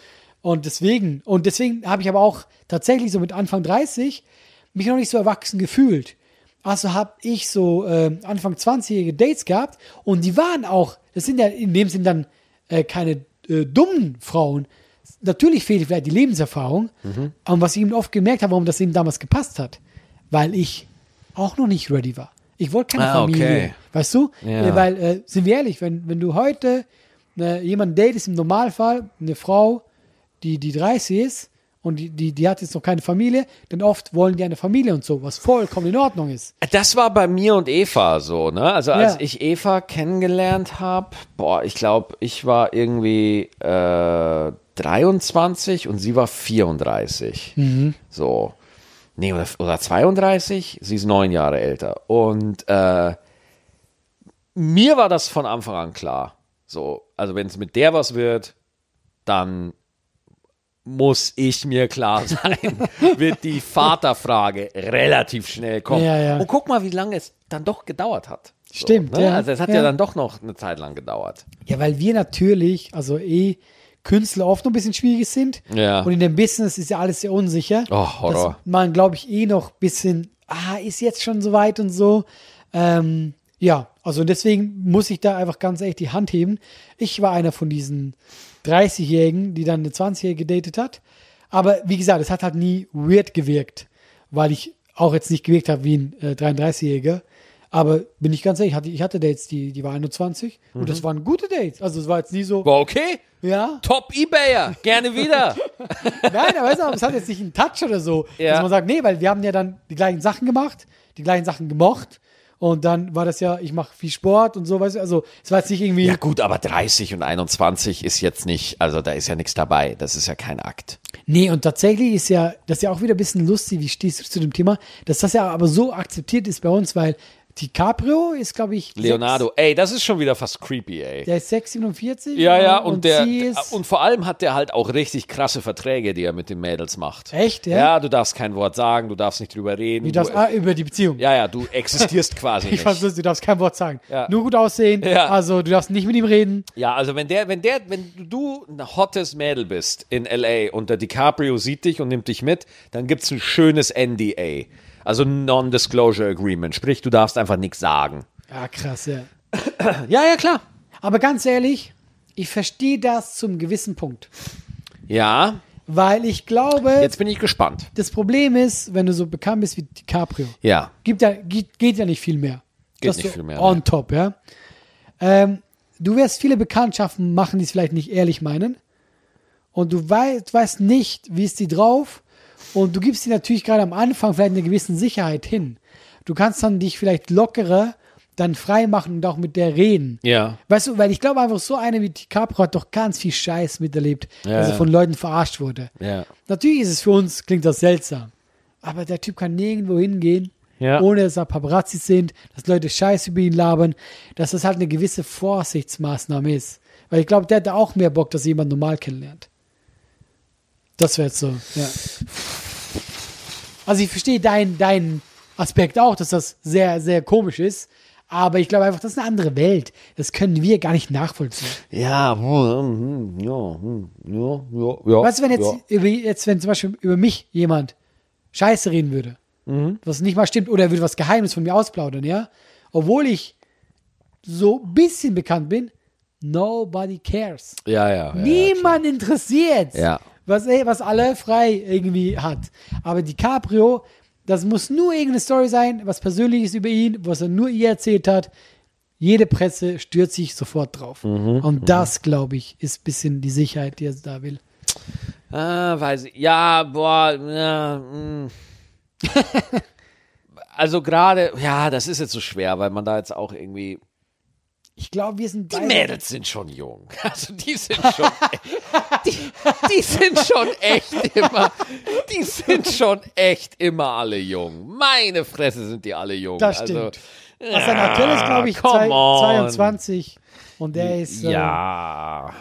Speaker 2: Und deswegen, und deswegen habe ich aber auch tatsächlich so mit Anfang 30 mich noch nicht so erwachsen gefühlt. Also habe ich so ähm, Anfang 20-jährige Dates gehabt und die waren auch, das sind ja in dem Sinn dann äh, keine äh, dummen Frauen. Natürlich fehlt vielleicht die Lebenserfahrung. Und was ich eben oft gemerkt habe, warum das eben damals gepasst hat, weil ich auch noch nicht ready war. Ich wollte keine
Speaker 1: Ah,
Speaker 2: Familie.
Speaker 1: okay.
Speaker 2: Weißt du?
Speaker 1: Ja.
Speaker 2: Äh, Weil, äh, sind wir ehrlich, wenn, wenn du heute äh, jemanden datest, im Normalfall eine Frau, die, die 30 ist und die, die, die hat jetzt noch keine Familie, dann oft wollen die eine Familie und so, was vollkommen in Ordnung ist.
Speaker 1: Das war bei mir und Eva so, ne? Also als
Speaker 2: Ja.
Speaker 1: ich Eva kennengelernt habe, boah, ich glaube, ich war irgendwie äh, 23 und sie war 34. So. Nee, oder, oder 32, sie ist neun Jahre älter. Und äh, mir war das von Anfang an klar. So, also wenn es mit der was wird, dann muss ich mir klar sein, wird die Vaterfrage relativ schnell kommen.
Speaker 2: Ja, ja.
Speaker 1: Und guck mal, wie lange es dann doch gedauert hat.
Speaker 2: Stimmt,
Speaker 1: So, ne?
Speaker 2: ja,
Speaker 1: Also es hat ja.
Speaker 2: ja.
Speaker 1: dann doch noch eine Zeit lang gedauert.
Speaker 2: Ja, weil wir natürlich, also eh, Künstler oft noch ein bisschen schwierig sind.
Speaker 1: Ja.
Speaker 2: Und in dem Business ist ja alles sehr unsicher.
Speaker 1: Oh, Horror.
Speaker 2: Dass man, glaube ich, eh noch ein bisschen, ah, ist jetzt schon soweit und so. Ähm, ja, also deswegen muss ich da einfach ganz echt die Hand heben. Ich war einer von diesen 30-Jährigen, die dann eine 20-Jährige gedatet hat. Aber wie gesagt, es hat halt nie weird gewirkt, weil ich auch jetzt nicht gewirkt habe wie ein äh, 33-Jähriger. Aber bin ich ganz ehrlich, ich hatte, ich hatte Dates, die, die waren 21 und das waren gute Dates. Also es war jetzt nie so,
Speaker 1: War okay,
Speaker 2: ja.
Speaker 1: top Ebayer, gerne wieder.
Speaker 2: Nein, aber weißt du, es hat jetzt nicht einen Touch oder so.
Speaker 1: Ja.
Speaker 2: Dass man sagt, nee, weil wir haben ja dann die gleichen Sachen gemacht, die gleichen Sachen gemocht. Und dann war das ja, ich mache viel Sport und so, weißt du, also es war jetzt nicht irgendwie.
Speaker 1: Ja gut, aber 30 und 21 ist jetzt nicht, also da ist ja nichts dabei. Das ist ja kein Akt.
Speaker 2: Nee, und tatsächlich ist ja, das ist ja auch wieder ein bisschen lustig, wie stehst du zu dem Thema, dass das ja aber so akzeptiert ist bei uns, weil DiCaprio ist, glaube ich,
Speaker 1: Leonardo, ey, das ist schon wieder fast creepy,
Speaker 2: Sechs,
Speaker 1: ey.
Speaker 2: der ist 647.
Speaker 1: Ja, ja, und, der
Speaker 2: Genau,
Speaker 1: ah,
Speaker 2: sie ist,
Speaker 1: und vor allem hat der halt auch richtig krasse Verträge, die er mit den Mädels macht.
Speaker 2: Echt, ja?
Speaker 1: ja? du darfst kein Wort sagen, du darfst nicht drüber reden.
Speaker 2: du darfst,
Speaker 1: du,
Speaker 2: ah, über die Beziehung.
Speaker 1: ja, ja, du existierst quasi
Speaker 2: ich
Speaker 1: nicht.
Speaker 2: fand's lustig, du darfst kein Wort sagen.
Speaker 1: Ja.
Speaker 2: Nur gut aussehen,
Speaker 1: Ja.
Speaker 2: also du darfst nicht mit ihm reden.
Speaker 1: Ja, also wenn der, wenn der, wenn du ein hottes Mädel bist in LA und der DiCaprio sieht dich und nimmt dich mit, dann gibt's ein schönes NDA. Also Non-Disclosure Agreement. Sprich, du darfst einfach nichts sagen.
Speaker 2: Ja, krass, ja.
Speaker 1: Ja, ja, klar.
Speaker 2: Aber ganz ehrlich, ich verstehe das zum gewissen Punkt.
Speaker 1: Ja,
Speaker 2: Weil ich glaube,
Speaker 1: jetzt bin ich gespannt.
Speaker 2: das Problem ist, wenn du so bekannt bist wie DiCaprio,
Speaker 1: Ja.
Speaker 2: gibt ja, geht, geht ja nicht viel mehr.
Speaker 1: Geht
Speaker 2: Das
Speaker 1: nicht
Speaker 2: so
Speaker 1: viel mehr,
Speaker 2: On
Speaker 1: ne.
Speaker 2: top, ja. Ähm, du wirst viele Bekanntschaften machen, die es vielleicht nicht ehrlich meinen. Und du weißt, weißt nicht, wie ist die drauf. Und du gibst dir natürlich gerade am Anfang vielleicht eine gewisse Sicherheit hin. Du kannst dann dich vielleicht lockerer dann frei machen und auch mit der reden.
Speaker 1: Ja.
Speaker 2: Weißt du, weil ich glaube einfach, so eine wie DiCaprio hat doch ganz viel Scheiß miterlebt,
Speaker 1: Ja,
Speaker 2: dass er
Speaker 1: ja.
Speaker 2: von Leuten verarscht wurde.
Speaker 1: Ja.
Speaker 2: Natürlich ist es für uns, klingt das seltsam, aber der Typ kann nirgendwo hingehen,
Speaker 1: Ja.
Speaker 2: ohne dass da Paparazzi sind, dass Leute Scheiß über ihn labern, dass das halt eine gewisse Vorsichtsmaßnahme ist. Weil ich glaube, der hätte auch mehr Bock, dass jemand normal kennenlernt. Das wäre jetzt so, ja. Also ich verstehe deinen deinen Aspekt auch, dass das sehr, sehr komisch ist. Aber ich glaube einfach, das ist eine andere Welt. Das können wir gar nicht nachvollziehen.
Speaker 1: Ja, hm, hm, ja, hm, ja, ja, ja.
Speaker 2: Weißt du, wenn jetzt,
Speaker 1: Ja.
Speaker 2: über, jetzt, wenn zum Beispiel über mich jemand Scheiße reden würde,
Speaker 1: Mhm.
Speaker 2: was nicht mal stimmt, oder er würde was Geheimes von mir ausplaudern, ja? Obwohl ich so ein bisschen bekannt bin, nobody cares.
Speaker 1: Ja, ja. ja, ja.
Speaker 2: Niemand interessiert,
Speaker 1: Ja.
Speaker 2: was, ey, was alle frei irgendwie hat. Aber DiCaprio, das muss nur irgendeine Story sein, was Persönliches über ihn, was er nur ihr erzählt hat. Jede Presse stürzt sich sofort drauf.
Speaker 1: Mhm,
Speaker 2: Und das, glaube ich, ist ein bisschen die Sicherheit, die er da will.
Speaker 1: Ah, weiß ich. Ja, boah, ja, mm. Also gerade, ja, das ist jetzt so schwer, weil man da jetzt auch irgendwie.
Speaker 2: Ich glaube, wir sind
Speaker 1: Die
Speaker 2: beide-
Speaker 1: Mädels sind schon jung. Also die sind schon. Die, die sind schon echt immer. Die sind schon echt immer alle jung. Meine Fresse sind die alle jung.
Speaker 2: Das
Speaker 1: also,
Speaker 2: stimmt. Also sein aktuell ist, glaube ich,
Speaker 1: Ah, come
Speaker 2: zwei,
Speaker 1: on.
Speaker 2: 22. Und der ist. äh,
Speaker 1: Ja.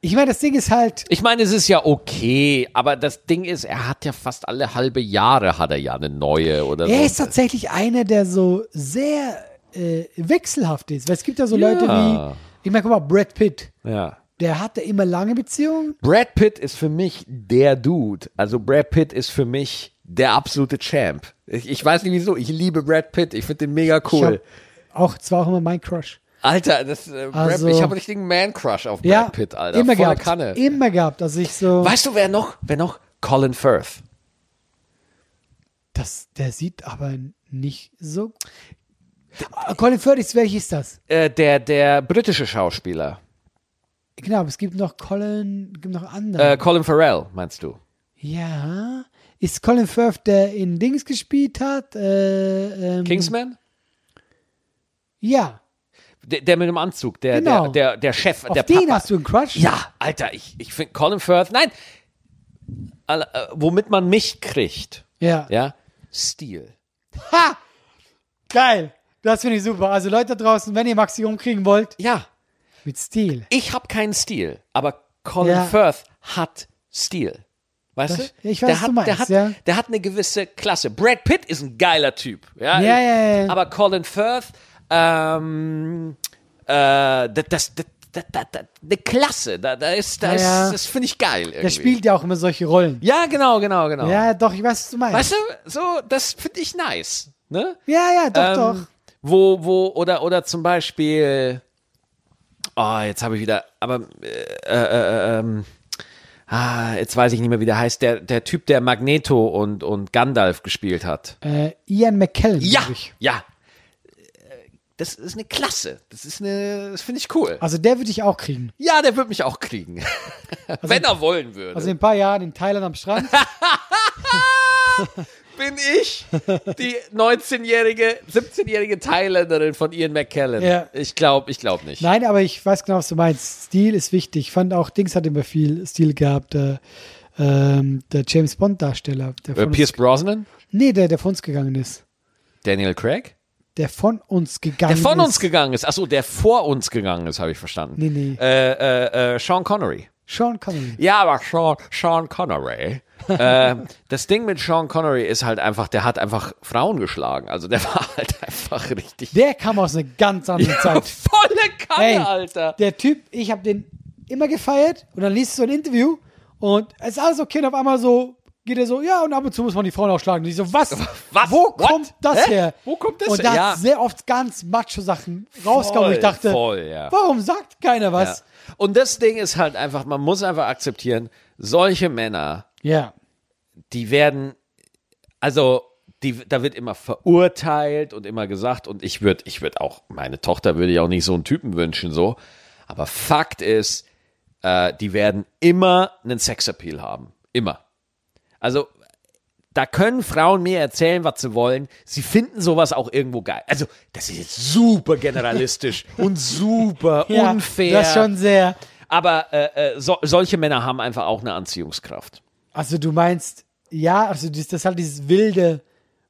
Speaker 2: Ich meine, das Ding ist halt.
Speaker 1: Ich meine, es ist ja okay, aber das Ding ist, er hat ja fast alle halbe Jahre hat er ja eine neue oder
Speaker 2: Er
Speaker 1: so.
Speaker 2: ist tatsächlich einer, der so sehr äh, wechselhaft ist. Weil es gibt ja so
Speaker 1: Ja.
Speaker 2: Leute wie. Ich meine, guck mal, Brad Pitt.
Speaker 1: ja.
Speaker 2: Der hatte immer lange Beziehungen.
Speaker 1: Brad Pitt ist für mich der Dude. Also Brad Pitt ist für mich der absolute Champ. Ich, ich weiß nicht wieso. Ich liebe Brad Pitt. Ich finde den mega cool.
Speaker 2: Ich hab auch, zwar auch immer mein Crush.
Speaker 1: Alter, das, äh, Brad,
Speaker 2: Also-
Speaker 1: ich habe einen richtigen Man-Crush auf Brad
Speaker 2: ja,
Speaker 1: Pitt, Alter.
Speaker 2: immer
Speaker 1: Volle
Speaker 2: gehabt.
Speaker 1: Kanne.
Speaker 2: Immer gehabt. Also ich so.
Speaker 1: Weißt du, wer noch? Wer noch? Colin Firth.
Speaker 2: Das, der sieht aber nicht so. Colin Firth ist, welches ist das?
Speaker 1: Äh, der, der britische Schauspieler.
Speaker 2: Genau, aber es gibt noch Colin, gibt noch andere.
Speaker 1: Äh, Colin Farrell, meinst du?
Speaker 2: Ja. Ist Colin Firth, der in Dings gespielt hat? Äh, ähm,
Speaker 1: Kingsman?
Speaker 2: Ja.
Speaker 1: Der, der mit dem Anzug, der,
Speaker 2: Genau.
Speaker 1: der, der, der Chef,
Speaker 2: Auf
Speaker 1: der
Speaker 2: den
Speaker 1: Papa.
Speaker 2: hast du einen Crush?
Speaker 1: Ja, Alter, ich, ich finde Colin Firth, nein, alle, äh, womit man mich kriegt,
Speaker 2: Ja.
Speaker 1: ja, Stil.
Speaker 2: Ha! Geil. Das finde ich super. Also Leute da draußen, wenn ihr Maxi umkriegen wollt,
Speaker 1: Ja,
Speaker 2: mit Stil.
Speaker 1: ich habe keinen Stil, aber Colin
Speaker 2: Ja.
Speaker 1: Firth hat Stil. Weißt
Speaker 2: Das-
Speaker 1: du?
Speaker 2: ich weiß,
Speaker 1: der
Speaker 2: was
Speaker 1: hat,
Speaker 2: du
Speaker 1: der
Speaker 2: meinst,
Speaker 1: hat,
Speaker 2: ja.
Speaker 1: der hat eine gewisse Klasse. Brad Pitt ist ein geiler Typ. Ja,
Speaker 2: Ja, ja, ja.
Speaker 1: Aber Colin Firth, ähm, äh, das, das, das, das, das, das, eine Klasse, da, da ist, da
Speaker 2: Ja,
Speaker 1: ist,
Speaker 2: ja.
Speaker 1: das finde ich geil irgendwie.
Speaker 2: Der spielt ja auch immer solche Rollen.
Speaker 1: Ja, genau, genau, genau.
Speaker 2: Ja, doch, ich weiß, was du meinst.
Speaker 1: Weißt du, so, das finde ich nice. Ne?
Speaker 2: Ja, ja, doch,
Speaker 1: Ähm,
Speaker 2: doch.
Speaker 1: Wo, wo, oder, oder zum Beispiel, oh, jetzt habe ich wieder, aber, äh, äh, äh, ähm, ah, jetzt weiß ich nicht mehr, wie der heißt, der, der Typ, der Magneto und, und Gandalf gespielt hat.
Speaker 2: Äh, Ian McKellen.
Speaker 1: Ja,
Speaker 2: glaub Ich.
Speaker 1: ja. Äh, Das ist eine Klasse. Das ist eine, das finde ich cool.
Speaker 2: Also der würde ich auch kriegen.
Speaker 1: Ja, der wird mich auch kriegen. Wenn er wollen würde.
Speaker 2: Also in ein paar Jahren in Thailand am Strand.
Speaker 3: bin ich die 19-jährige, 17-jährige Thailänderin von Ian McKellen.
Speaker 2: Ja.
Speaker 3: Ich glaube, ich glaube nicht.
Speaker 2: Nein, aber ich weiß genau, was du meinst. Stil ist wichtig. Ich fand auch, Dings hat immer viel Stil gehabt. Äh, ähm, der James Bond-Darsteller. Der
Speaker 1: Äh,
Speaker 2: von
Speaker 1: Pierce
Speaker 2: uns,
Speaker 1: Brosnan?
Speaker 2: nee, der, der von uns gegangen ist.
Speaker 1: Daniel Craig?
Speaker 2: Der von uns gegangen
Speaker 1: Der von
Speaker 2: ist.
Speaker 1: uns gegangen ist. Achso, der vor uns gegangen ist, habe ich verstanden.
Speaker 2: Nee, nee.
Speaker 1: Äh, äh, äh, Sean Connery.
Speaker 2: Sean Connery.
Speaker 1: Ja, aber Sean, Sean Connery. äh, das Ding mit Sean Connery ist halt einfach, der hat einfach Frauen geschlagen. Also der war halt einfach richtig.
Speaker 2: Der kam aus einer ganz anderen Zeit.
Speaker 3: Volle Kanne,
Speaker 2: Ey,
Speaker 3: Alter.
Speaker 2: Der Typ, ich habe den immer gefeiert und dann liest du so ein Interview und es ist alles okay und auf einmal so geht er so, ja, und ab und zu muss man die Frauen auch schlagen. Und ich so, was?
Speaker 1: Was?
Speaker 2: Wo
Speaker 1: What?
Speaker 2: kommt das
Speaker 1: Hä?
Speaker 2: her?
Speaker 1: Wo kommt das
Speaker 2: Und da
Speaker 1: her? Ja.
Speaker 2: hat sehr oft ganz macho Sachen rausgekommen. Ich dachte,
Speaker 1: voll, ja.
Speaker 2: warum sagt keiner was?
Speaker 1: Ja. Und das Ding ist halt einfach, man muss einfach akzeptieren, solche Männer,
Speaker 2: Ja.
Speaker 1: die werden, also die, da wird immer verurteilt und immer gesagt und ich würde, ich würde auch, meine Tochter würde ich auch nicht so einen Typen wünschen, so. Aber Fakt ist, äh, die werden immer einen Sexappeal haben. Immer. Also, da können Frauen mir erzählen, was sie wollen. Sie finden sowas auch irgendwo geil. Also, das ist jetzt super generalistisch und super
Speaker 2: ja.
Speaker 1: unfair.
Speaker 2: Das schon sehr.
Speaker 1: Aber äh, äh, so, solche Männer haben einfach auch eine Anziehungskraft.
Speaker 2: Also du meinst, ja, also das, das ist halt dieses wilde,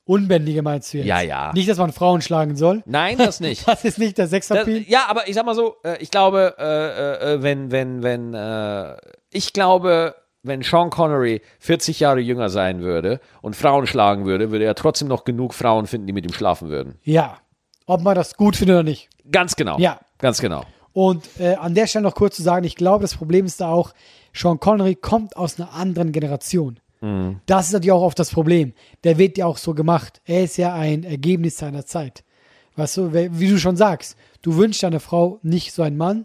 Speaker 2: unbändige meinst du jetzt.
Speaker 1: Ja, ja.
Speaker 2: Nicht, dass man Frauen schlagen soll.
Speaker 1: Nein, das nicht.
Speaker 2: Das ist nicht der
Speaker 1: Das,
Speaker 2: Sexappeal.
Speaker 1: Äh, ja, aber ich sag mal so, äh, ich glaube, äh, äh, wenn, wenn, wenn, äh, ich glaube, wenn Sean Connery 40 Jahre jünger sein würde und Frauen schlagen würde, würde er trotzdem noch genug Frauen finden, die mit ihm schlafen würden.
Speaker 2: Ja. Ob man das gut findet oder nicht.
Speaker 1: Ganz genau.
Speaker 2: Ja.
Speaker 1: Ganz genau.
Speaker 2: Und äh, an der Stelle noch kurz zu sagen, ich glaube, das Problem ist da auch, Sean Connery kommt aus einer anderen Generation. Das ist natürlich auch oft das Problem. Der wird ja auch so gemacht. Er ist ja ein Ergebnis seiner Zeit. Weißt du, we- wie du schon sagst, du wünschst deiner Frau nicht so einen Mann.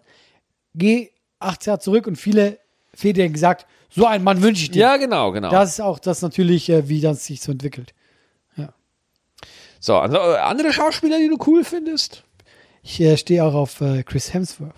Speaker 2: Geh 18 Jahre zurück und viele Väter haben gesagt, so einen Mann wünsche ich dir.
Speaker 1: Ja, genau, genau.
Speaker 2: Das ist auch das natürlich, äh, wie das sich so entwickelt.
Speaker 1: so, also, äh, andere Schauspieler, die du cool findest?
Speaker 2: Ich äh, stehe auch auf äh, Chris Hemsworth.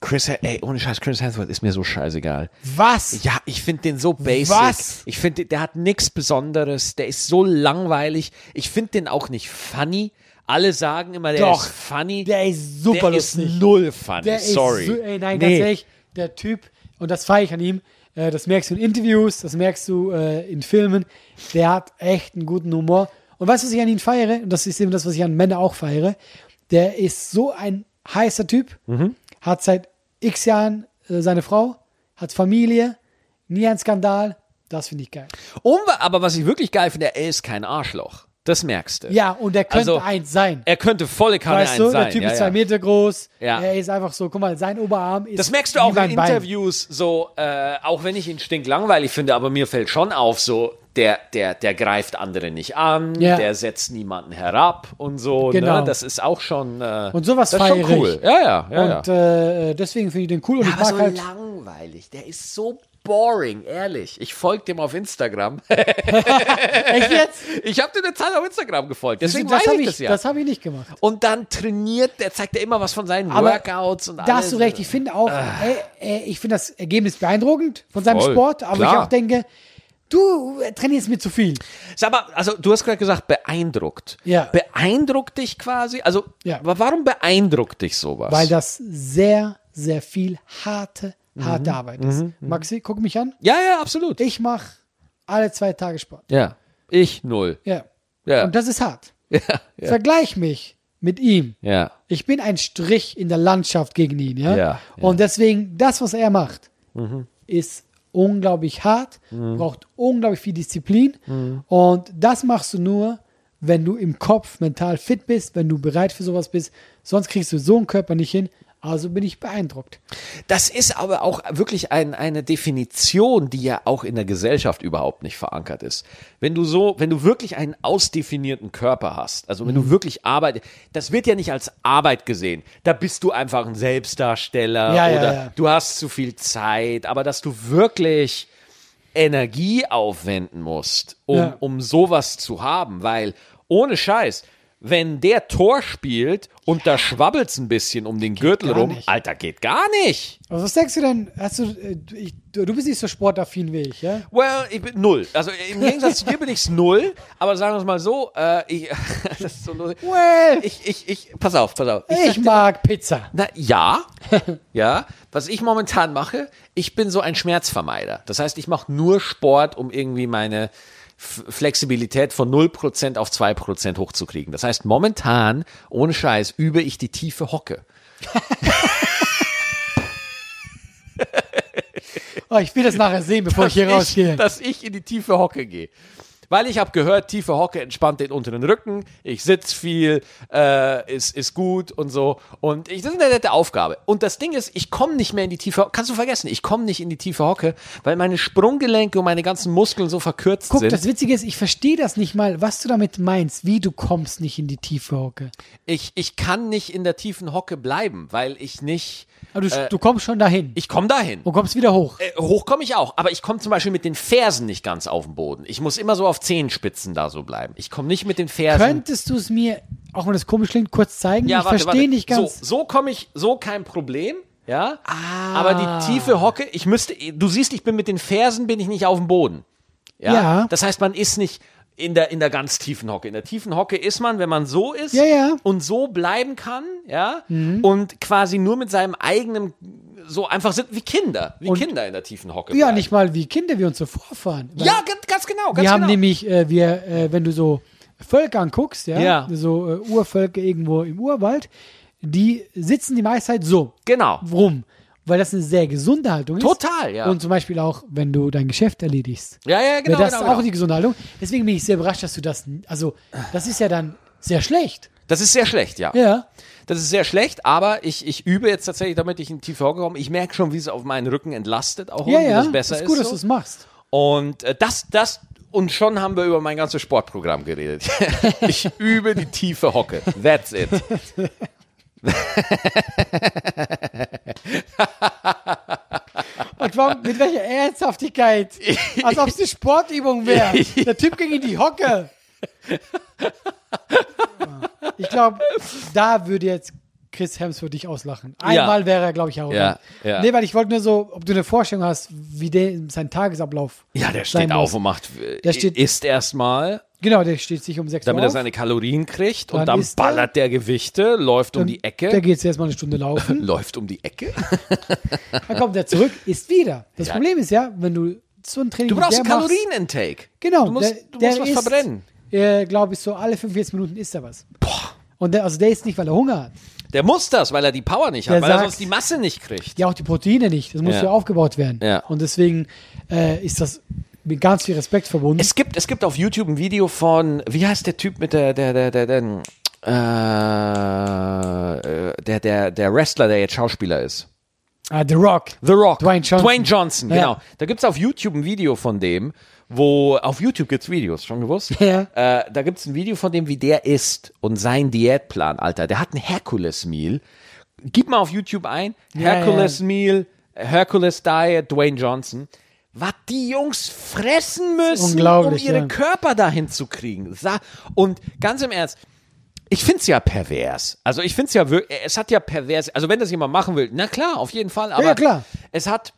Speaker 1: Chris, ey, ohne Scheiß, Chris Hemsworth ist mir so scheißegal.
Speaker 2: Was?
Speaker 1: Ja, ich finde den so basic.
Speaker 2: Was?
Speaker 1: Ich finde, der hat nichts Besonderes. Der ist so langweilig. Ich finde den auch nicht funny. Alle sagen immer, der
Speaker 2: Doch.
Speaker 1: ist funny.
Speaker 2: Der ist super
Speaker 1: der
Speaker 2: lustig.
Speaker 1: ist null funny.
Speaker 2: Der
Speaker 1: Sorry.
Speaker 2: ist so, ey, nein, ganz ehrlich, der Typ, und das feiere ich an ihm, äh, das merkst du in Interviews, das merkst du äh, in Filmen, der hat echt einen guten Humor. Und weißt du, was ich an ihm feiere? Und das ist eben das, was ich an Männern auch feiere. Der ist so ein heißer Typ,
Speaker 1: Mhm.
Speaker 2: hat seit x Jahren äh, seine Frau, hat Familie, nie ein Skandal. Das finde ich geil.
Speaker 1: Unwa- Um, aber was ich wirklich geil finde, er ist kein Arschloch. Das merkst du.
Speaker 2: Ja, und der könnte
Speaker 1: Also,
Speaker 2: eins sein.
Speaker 1: Er könnte volle Kanne
Speaker 2: Weißt
Speaker 1: eins
Speaker 2: du,
Speaker 1: sein.
Speaker 2: der Typ
Speaker 1: ja,
Speaker 2: ist
Speaker 1: ja.
Speaker 2: zwei Meter groß.
Speaker 1: Ja.
Speaker 2: Er ist einfach so, guck mal, sein Oberarm ist.
Speaker 1: Das merkst du
Speaker 2: wie
Speaker 1: auch in
Speaker 2: mein Bein.
Speaker 1: Interviews, so, äh, auch wenn ich ihn stinklangweilig finde, aber mir fällt schon auf, so, der, der, der greift andere nicht an,
Speaker 2: Ja.
Speaker 1: der setzt niemanden herab und so.
Speaker 2: Genau.
Speaker 1: Ne? Das ist auch schon. Äh,
Speaker 2: Und sowas
Speaker 1: das ist schon
Speaker 2: feiere ich.
Speaker 1: cool. Ja, ja, ja. ja.
Speaker 2: Und äh, deswegen finde ich den cool und ich
Speaker 1: aber
Speaker 2: mag
Speaker 1: so
Speaker 2: halt.
Speaker 1: langweilig. Der ist so boring, ehrlich. Ich folge dem auf Instagram.
Speaker 2: Echt jetzt?
Speaker 1: ich habe dir eine Zahl auf Instagram gefolgt. Deswegen
Speaker 2: das
Speaker 1: weiß
Speaker 2: habe
Speaker 1: ich
Speaker 2: ich,
Speaker 1: das ja.
Speaker 2: das hab ich nicht gemacht.
Speaker 1: und dann trainiert, der zeigt ja immer was von seinen
Speaker 2: Aber
Speaker 1: Workouts und alles.
Speaker 2: Da hast du recht. Ich finde auch, äh, äh, ich finde das Ergebnis beeindruckend von seinem
Speaker 1: Voll,
Speaker 2: Sport, aber ich
Speaker 1: klar.
Speaker 2: auch denke, du äh, trainierst mir zu viel.
Speaker 1: Sag mal, also du hast gerade gesagt, beeindruckt.
Speaker 2: Ja.
Speaker 1: Beeindruckt dich quasi? Also,
Speaker 2: Ja.
Speaker 1: wa- warum beeindruckt dich sowas?
Speaker 2: Weil das sehr, sehr viel harte,
Speaker 1: Mhm.
Speaker 2: harte Arbeit ist. Maxi, guck mich an.
Speaker 1: ja, ja, absolut.
Speaker 2: Ich mache alle zwei Tage Sport.
Speaker 1: ja. Ich null.
Speaker 2: Ja.
Speaker 1: Ja.
Speaker 2: Und das ist hart.
Speaker 1: Ja.
Speaker 2: Vergleich mich mit ihm.
Speaker 1: ja.
Speaker 2: Ich bin ein Strich in der Landschaft gegen ihn, ja.
Speaker 1: Ja, Mhm.
Speaker 2: Und deswegen, das, was er macht, ist unglaublich hart, braucht unglaublich viel Disziplin.
Speaker 1: Mhm.
Speaker 2: Und das machst du nur, wenn du im Kopf mental fit bist, wenn du bereit für sowas bist. Sonst kriegst du so einen Körper nicht hin. Also bin ich beeindruckt.
Speaker 1: Das ist aber auch wirklich ein, eine Definition, die ja auch in der Gesellschaft überhaupt nicht verankert ist. Wenn du so, wenn du wirklich einen ausdefinierten Körper hast, also wenn
Speaker 2: Mhm.
Speaker 1: du wirklich Arbeit, das wird ja nicht als Arbeit gesehen. Da bist du einfach ein Selbstdarsteller
Speaker 2: Ja, ja,
Speaker 1: oder
Speaker 2: ja.
Speaker 1: du hast zu viel Zeit, aber dass du wirklich Energie aufwenden musst, um,
Speaker 2: Ja.
Speaker 1: um sowas zu haben, weil ohne Scheiß, Wenn der Tor spielt und da schwabbelt's ein bisschen um den Gürtel
Speaker 2: gar
Speaker 1: rum,
Speaker 2: nicht.
Speaker 1: Alter, geht gar nicht.
Speaker 2: Aber Also was denkst du denn? Hast du, äh, ich, du du bist nicht so sportaffin wie ich, ja?
Speaker 1: Well, ich bin null. Also im Gegensatz zu dir bin ich's null, aber sagen wir es mal so, äh, ich, das ist so lustig.
Speaker 2: Well, ich,
Speaker 1: Ich, ich, ich, pass auf, pass auf. sag dir-
Speaker 2: mag Pizza.
Speaker 1: Na ja, ja. Was ich momentan mache, ich bin so ein Schmerzvermeider. Das heißt, ich mache nur Sport, um irgendwie meine F Flexibilität von 0% auf 2% hochzukriegen. Das heißt, momentan, ohne Scheiß, übe ich die tiefe Hocke.
Speaker 2: Oh, ich will das nachher sehen, bevor ich hier rausgehe.
Speaker 1: dass ich in die tiefe Hocke gehe. Weil ich habe gehört, tiefe Hocke entspannt den unteren Rücken, ich sitz viel, äh, ist, ist gut und so. Und ich, das ist eine nette Aufgabe. Und das Ding ist, ich komme nicht mehr in die tiefe Hocke. Kannst du vergessen, ich komme nicht in die tiefe Hocke, weil meine Sprunggelenke und meine ganzen Muskeln so verkürzt
Speaker 2: Guck,
Speaker 1: sind.
Speaker 2: das Witzige ist, ich verstehe das nicht mal, was du damit meinst, wie du kommst nicht in die tiefe Hocke.
Speaker 1: ich, ich kann nicht in der tiefen Hocke bleiben, weil ich nicht.
Speaker 2: Aber du, du kommst schon dahin
Speaker 1: Äh, Ich komme dahin.
Speaker 2: und kommst wieder hoch.
Speaker 1: Äh, Hoch komme ich auch, aber ich komme zum Beispiel mit den Fersen nicht ganz auf den Boden. Ich muss immer so auf Zehenspitzen da so bleiben. Ich komme nicht mit den Fersen.
Speaker 2: Könntest du es mir, auch wenn das komisch klingt, kurz zeigen? ich verstehe nicht ganz. Ah.
Speaker 1: So, so komme ich, so kein Problem. Ja, aber die tiefe Hocke, ich müsste, du siehst, ich bin mit den Fersen, bin ich nicht auf dem Boden. Ja.
Speaker 2: Ja.
Speaker 1: Das heißt, man ist nicht in der, in der ganz tiefen Hocke. In der tiefen Hocke ist man, wenn man so ist
Speaker 2: Ja, ja. Mhm.
Speaker 1: und so bleiben kann, ja, und quasi nur mit seinem eigenen, so einfach sind wie Kinder, wie Kinder in der tiefen Hocke.
Speaker 2: ja,
Speaker 1: bleiben.
Speaker 2: nicht mal wie Kinder wir uns so vorfahren. Weil
Speaker 1: Ja, ganz, ganz genau, ganz
Speaker 2: wir haben
Speaker 1: genau.
Speaker 2: nämlich, äh, wir, äh, wenn du so Völker anguckst, ja,
Speaker 1: Ja.
Speaker 2: so äh, Urvölker irgendwo im Urwald, die sitzen die meiste Zeit so
Speaker 1: genau.
Speaker 2: rum, weil das eine sehr gesunde Haltung ist.
Speaker 1: Total, ja.
Speaker 2: Und zum Beispiel auch, wenn du dein Geschäft erledigst.
Speaker 1: Ja, ja, genau.
Speaker 2: Genau, das
Speaker 1: genau,
Speaker 2: ist
Speaker 1: genau.
Speaker 2: auch die gesunde Haltung. Deswegen bin ich sehr überrascht, dass du das, n- also das ist ja dann sehr schlecht.
Speaker 1: das ist sehr schlecht, ja.
Speaker 2: Ja.
Speaker 1: Das ist sehr schlecht, aber ich, ich übe jetzt tatsächlich, damit ich in die tiefe Hocke komme. Ich merke schon, wie es auf meinen Rücken entlastet, auch
Speaker 2: Ja,
Speaker 1: irgendwie,
Speaker 2: ja.
Speaker 1: dass es besser
Speaker 2: ist gut, dass
Speaker 1: so.
Speaker 2: du es machst.
Speaker 1: Und äh, das, das, und schon haben wir über mein ganzes Sportprogramm geredet. ich übe die tiefe Hocke. That's it.
Speaker 2: Und warum, mit welcher Ernsthaftigkeit? Als ob es eine Sportübung wäre. Der Typ ging in die Hocke. Ich glaube, da würde jetzt Chris Hemsworth dich auslachen. Einmal wäre er, glaube ich, auch. ne?
Speaker 1: Ja, ja.
Speaker 2: Nee, weil ich wollte nur so, ob du eine Vorstellung hast, wie der, sein Tagesablauf
Speaker 1: Ja, der
Speaker 2: sein
Speaker 1: steht auf
Speaker 2: muss.
Speaker 1: und macht, äh,
Speaker 2: Der steht-
Speaker 1: isst erstmal,
Speaker 2: Genau, der steht sich um 6
Speaker 1: damit
Speaker 2: Uhr
Speaker 1: er
Speaker 2: auf.
Speaker 1: seine Kalorien kriegt
Speaker 2: Dann
Speaker 1: und dann
Speaker 2: isst er.
Speaker 1: ballert der Gewichte, läuft um die
Speaker 2: Der Hm?
Speaker 1: Ecke.
Speaker 2: geht jetzt erstmal eine Stunde laufen.
Speaker 1: Läuft um die Ecke?
Speaker 2: Dann kommt er zurück, isst wieder. Das
Speaker 1: Ja.
Speaker 2: Problem ist ja, wenn du so ein Training
Speaker 1: Du brauchst
Speaker 2: der
Speaker 1: einen
Speaker 2: machst-
Speaker 1: Kalorienintake.
Speaker 2: Genau.
Speaker 1: Du musst,
Speaker 2: der,
Speaker 1: du
Speaker 2: der
Speaker 1: musst was
Speaker 2: isst,
Speaker 1: verbrennen.
Speaker 2: Äh, glaube ich, so alle 45 Minuten isst er was.
Speaker 1: Boah.
Speaker 2: Und der, also der isst nicht, weil er Hunger hat.
Speaker 1: Der muss das, weil er die Power nicht hat,
Speaker 2: Der
Speaker 1: weil er
Speaker 2: sagt-
Speaker 1: sonst die Masse nicht kriegt.
Speaker 2: Ja, auch die Proteine nicht. Das muss ja,
Speaker 1: Ja.
Speaker 2: aufgebaut werden.
Speaker 1: Ja.
Speaker 2: Und deswegen äh, ist das mit ganz viel Respekt verbunden.
Speaker 1: Es gibt, es gibt auf YouTube ein Video von, wie heißt der Typ mit der, der, der, der, der, äh, äh, der, der, der Wrestler, der jetzt Schauspieler ist.
Speaker 2: ah, The Rock.
Speaker 1: The Rock.
Speaker 2: Dwayne Johnson.
Speaker 1: Dwayne Johnson,
Speaker 2: Ja.
Speaker 1: genau. Da gibt es auf YouTube ein Video von dem, wo, auf YouTube gibt es Videos, schon gewusst?
Speaker 2: Ja.
Speaker 1: Äh, da gibt es ein Video von dem, wie der isst und sein Diätplan, Alter. Der hat ein Hercules-Meal. Gib mal auf YouTube ein,
Speaker 2: Ja,
Speaker 1: Hercules-Meal, Hercules-Diet, Dwayne Johnson. Was die Jungs fressen müssen, um
Speaker 2: Unglaublich,
Speaker 1: ihre
Speaker 2: ja.
Speaker 1: Körper dahin zu kriegen. Sa- Und ganz im Ernst, ich find's ja pervers. Also ich find's ja wirklich, es hat ja pervers, also wenn das jemand machen will, na klar, auf jeden Fall, aber
Speaker 2: ja, klar.
Speaker 1: es hat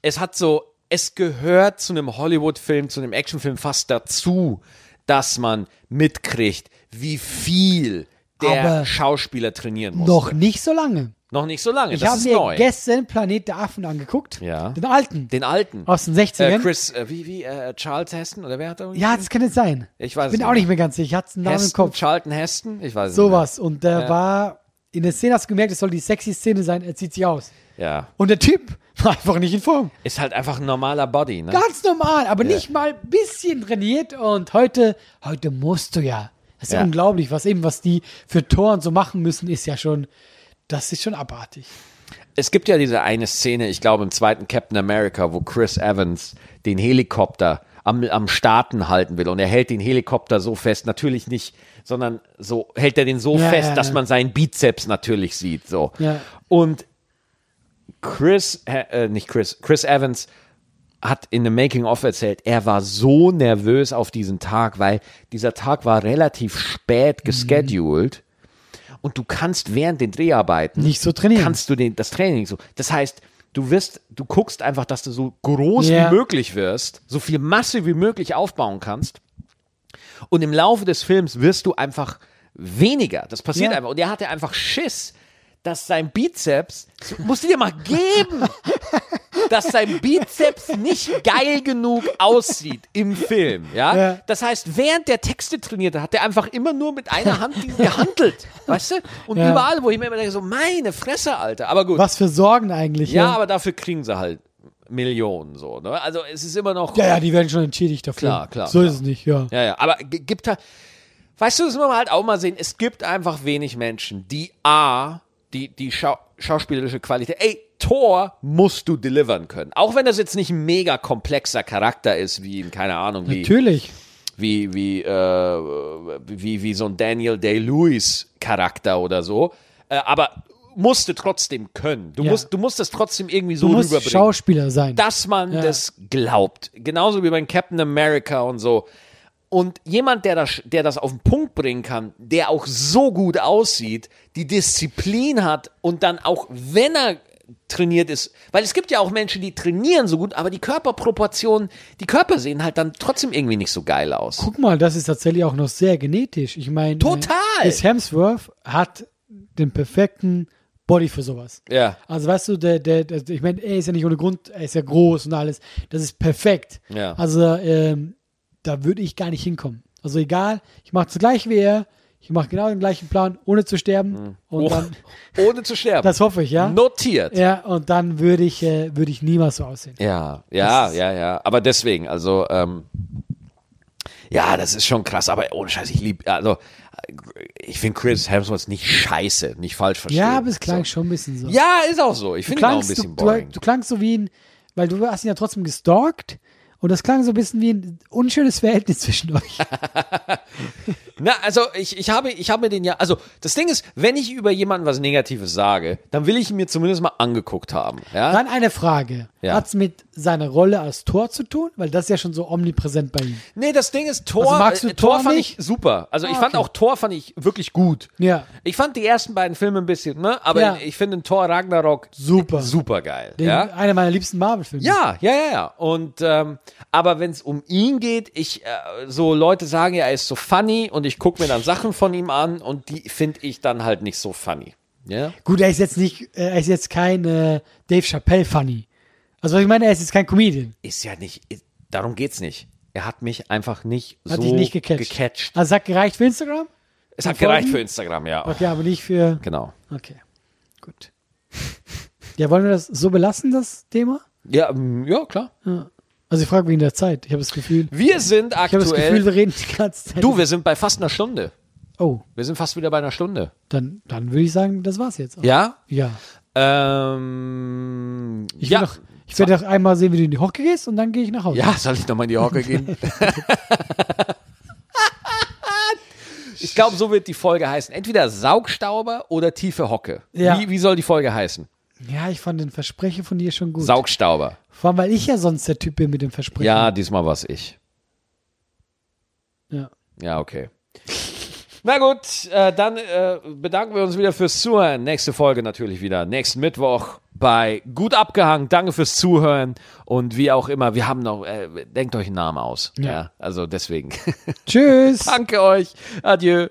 Speaker 1: es hat so es gehört zu einem Hollywood Film, zu einem Actionfilm fast dazu, dass man mitkriegt, wie viel der
Speaker 2: Aber
Speaker 1: Schauspieler trainieren muss.
Speaker 2: Noch nicht so lange.
Speaker 1: Noch nicht so lange,
Speaker 2: Ich
Speaker 1: das
Speaker 2: habe
Speaker 1: ist
Speaker 2: mir
Speaker 1: neu.
Speaker 2: gestern Planet der Affen angeguckt.
Speaker 1: Ja.
Speaker 2: Den alten.
Speaker 1: Den alten
Speaker 2: aus den
Speaker 1: äh,
Speaker 2: 60ern.
Speaker 1: Chris äh, wie wie äh, Charles Heston oder wer hat da
Speaker 2: ja, das kann jetzt sein.
Speaker 1: Ich weiß es
Speaker 2: Bin
Speaker 1: nicht
Speaker 2: auch
Speaker 1: mehr.
Speaker 2: nicht mehr ganz sicher. Ich hatte einen Namen im
Speaker 1: Heston,
Speaker 2: Kopf.
Speaker 1: Charlton Heston, ich weiß es
Speaker 2: Sowas. Und der war in der Szene, hast du gemerkt, es soll die sexy Szene sein, er zieht sich aus.
Speaker 1: nicht mehr. Ja.
Speaker 2: Und der Typ war einfach nicht in Form.
Speaker 1: Ist halt einfach ein normaler Body, ne?
Speaker 2: Ganz normal, aber nicht mal ein bisschen trainiert. Und heute, heute musst du ja. Das ist ja.
Speaker 1: Ja.
Speaker 2: unglaublich, was eben, was die für Toren so machen müssen, ist ja schon, das ist schon abartig.
Speaker 1: Es gibt ja diese eine Szene, ich glaube im zweiten Captain America, wo Chris Evans den Helikopter am, am Starten halten will und er hält den Helikopter so fest, natürlich nicht, sondern so hält er den so
Speaker 2: Ja,
Speaker 1: fest,
Speaker 2: ja,
Speaker 1: dass
Speaker 2: ja.
Speaker 1: man seinen Bizeps natürlich sieht, so.
Speaker 2: Ja.
Speaker 1: Und Chris, äh, äh, nicht Chris, Chris Evans hat in dem Making-of erzählt, er war so nervös auf diesen Tag, weil dieser Tag war relativ
Speaker 2: Mhm.
Speaker 1: spät gescheduled. Und du kannst während den Dreharbeiten
Speaker 2: Nicht so trainieren.
Speaker 1: Kannst du den, das Training so. Das heißt, du wirst, du guckst einfach, dass du so groß
Speaker 2: Ja.
Speaker 1: wie möglich wirst, so viel Masse wie möglich aufbauen kannst. Und im Laufe des Films wirst du einfach weniger. Das passiert
Speaker 2: Ja.
Speaker 1: einfach. Und er hatte einfach Schiss, dass sein Bizeps, das musst du dir mal geben, dass sein Bizeps nicht geil genug aussieht im Film. Ja?
Speaker 2: Ja.
Speaker 1: Das heißt, während der Texte trainiert hat, hat er einfach immer nur mit einer Hand diesen gehandelt. weißt du? Und
Speaker 2: Ja.
Speaker 1: überall, wo ich mir immer denke, so, meine Fresse, Alter. Aber gut.
Speaker 2: Was für Sorgen eigentlich.
Speaker 1: Ja, aber dafür kriegen sie halt Millionen so. Ne? Also es ist immer noch.
Speaker 2: ja, ja, die werden schon entschädigt dafür.
Speaker 1: Klar, klar,
Speaker 2: So
Speaker 1: klar.
Speaker 2: ist es nicht, ja.
Speaker 1: Ja, ja, aber g- gibt da. Weißt du, das muss man halt auch mal sehen. Es gibt einfach wenig Menschen, die A, die, die Schau schauspielerische Qualität. Ey, Tor musst du delivern können. Auch wenn das jetzt nicht ein mega komplexer Charakter ist, wie in, keine Ahnung, wie,
Speaker 2: Natürlich.
Speaker 1: wie, wie, äh, wie, wie so ein Daniel Day-Lewis-Charakter oder so. Äh, aber musst du trotzdem können. Du,
Speaker 2: Ja.
Speaker 1: musst, du musst das trotzdem irgendwie so
Speaker 2: Du musst
Speaker 1: rüberbringen
Speaker 2: Schauspieler sein.
Speaker 1: dass man
Speaker 2: Ja.
Speaker 1: das glaubt. Genauso wie beim Captain America und so. Und jemand, der das, der das auf den Punkt bringen kann, der auch so gut aussieht, die Disziplin hat und dann auch, wenn er trainiert ist, weil es gibt ja auch Menschen, die trainieren so gut, aber die Körperproportionen, die Körper sehen halt dann trotzdem irgendwie nicht so geil aus.
Speaker 2: Guck mal, das ist tatsächlich auch noch sehr genetisch. Ich meine,
Speaker 1: Total!
Speaker 2: äh, Chris Hemsworth hat den perfekten Body für sowas.
Speaker 1: Ja.
Speaker 2: Also weißt du, der, der, der ich meine, er ist ja nicht ohne Grund, er ist ja groß und alles. Das ist perfekt.
Speaker 1: Ja.
Speaker 2: Also ähm, da würde ich gar nicht hinkommen. Also egal, ich mache das gleiche wie er, ich mache genau den gleichen Plan, ohne zu sterben.
Speaker 1: Mhm. Oh.
Speaker 2: Und dann,
Speaker 1: Ohne zu sterben.
Speaker 2: das hoffe ich, ja.
Speaker 1: Notiert.
Speaker 2: Ja, und dann würde ich, äh, würde ich niemals so aussehen.
Speaker 1: Ja, ja, ja, ja. Aber deswegen, also, ähm, ja, das ist schon krass, aber ohne Scheiß, ich lieb, also, ich finde Chris Hemsworth nicht scheiße, nicht falsch verstehen.
Speaker 2: Ja, aber es klang
Speaker 1: so.
Speaker 2: schon ein bisschen so.
Speaker 1: Ja, ist auch so. Ich finde ihn auch ein
Speaker 2: klangst,
Speaker 1: bisschen
Speaker 2: du,
Speaker 1: boring.
Speaker 2: du, du klangst so wie ein, weil du hast ihn ja trotzdem gestalkt und das klang so ein bisschen wie ein unschönes Verhältnis zwischen euch.
Speaker 1: Na, also, ich, ich habe, ich habe mir den ja, also, das Ding ist, wenn ich über jemanden was Negatives sage, dann will ich ihn mir zumindest mal angeguckt haben, ja?
Speaker 2: Dann eine Frage.
Speaker 1: Ja.
Speaker 2: Hat es mit seiner Rolle als Tor zu tun? Weil das ist ja schon so omnipräsent bei ihm.
Speaker 1: Nee, das Ding ist, Tor,
Speaker 2: Also magst du
Speaker 1: äh, Tor,
Speaker 2: Thor
Speaker 1: fand
Speaker 2: nicht?
Speaker 1: ich super. Also, ich
Speaker 2: Ah,
Speaker 1: fand
Speaker 2: okay.
Speaker 1: auch Tor fand ich wirklich gut.
Speaker 2: Ja.
Speaker 1: Ich fand die ersten beiden Filme ein bisschen, ne? Aber
Speaker 2: Ja.
Speaker 1: ich finde Thor Ragnarok
Speaker 2: Super.
Speaker 1: super geil.
Speaker 2: Den, äh,
Speaker 1: ja?
Speaker 2: Einer meiner liebsten Marvel-Filme.
Speaker 1: Ja, ja, ja, ja. Und ähm, aber wenn es um ihn geht, ich äh, so Leute sagen ja, er ist so funny und ich gucke mir dann Sachen von ihm an und die finde ich dann halt nicht so funny. Ja.
Speaker 2: Gut, er ist jetzt nicht, äh, er ist jetzt kein äh, Dave Chappelle-Funny. Also ich meine, er ist jetzt kein Comedian.
Speaker 1: Ist ja nicht. Ist, darum geht's nicht. Er hat mich einfach nicht
Speaker 2: Hat
Speaker 1: so
Speaker 2: dich nicht gecatcht.
Speaker 1: gecatcht.
Speaker 2: Also es hat gereicht für Instagram?
Speaker 1: Es hat
Speaker 2: Folgen?
Speaker 1: gereicht für Instagram, ja.
Speaker 2: Okay, aber nicht für.
Speaker 1: Genau.
Speaker 2: Okay. Gut. Ja, wollen wir das so belassen, das Thema?
Speaker 1: Ja, ähm, ja, klar.
Speaker 2: Also ich frage wegen der Zeit. Ich habe das Gefühl,
Speaker 1: Wir sind
Speaker 2: ich habe das Gefühl,
Speaker 1: aktuell.
Speaker 2: wir reden die ganze Zeit.
Speaker 1: Du, wir sind bei fast einer Stunde.
Speaker 2: Oh,
Speaker 1: Wir sind fast wieder bei einer Stunde.
Speaker 2: dann, dann würde ich sagen, das war's jetzt. auch.
Speaker 1: Ja?
Speaker 2: Ja.
Speaker 1: Ähm,
Speaker 2: Ich,
Speaker 1: ja.
Speaker 2: will Noch, ich werde noch einmal sehen, wie du in die Hocke gehst und dann gehe ich nach Hause.
Speaker 1: Ja, soll ich nochmal in die Hocke gehen? ich glaube, so wird die Folge heißen. Entweder Saugstauber oder tiefe Hocke.
Speaker 2: Ja.
Speaker 1: Wie, wie soll die Folge heißen?
Speaker 2: Ja, ich fand den Versprechen von dir schon gut.
Speaker 1: Saugstauber.
Speaker 2: Vor allem, weil ich ja sonst der Typ bin mit dem Versprechen.
Speaker 1: Ja, diesmal war's ich.
Speaker 2: ja.
Speaker 1: Ja, okay. Na gut, äh, dann äh, bedanken wir uns wieder fürs Zuhören. Nächste Folge natürlich wieder nächsten Mittwoch bei Gut abgehangen. Danke fürs Zuhören und wie auch immer, wir haben noch, äh, denkt euch einen Namen aus.
Speaker 2: Ja.
Speaker 1: ja also deswegen.
Speaker 2: Tschüss.
Speaker 1: Danke euch. Adieu.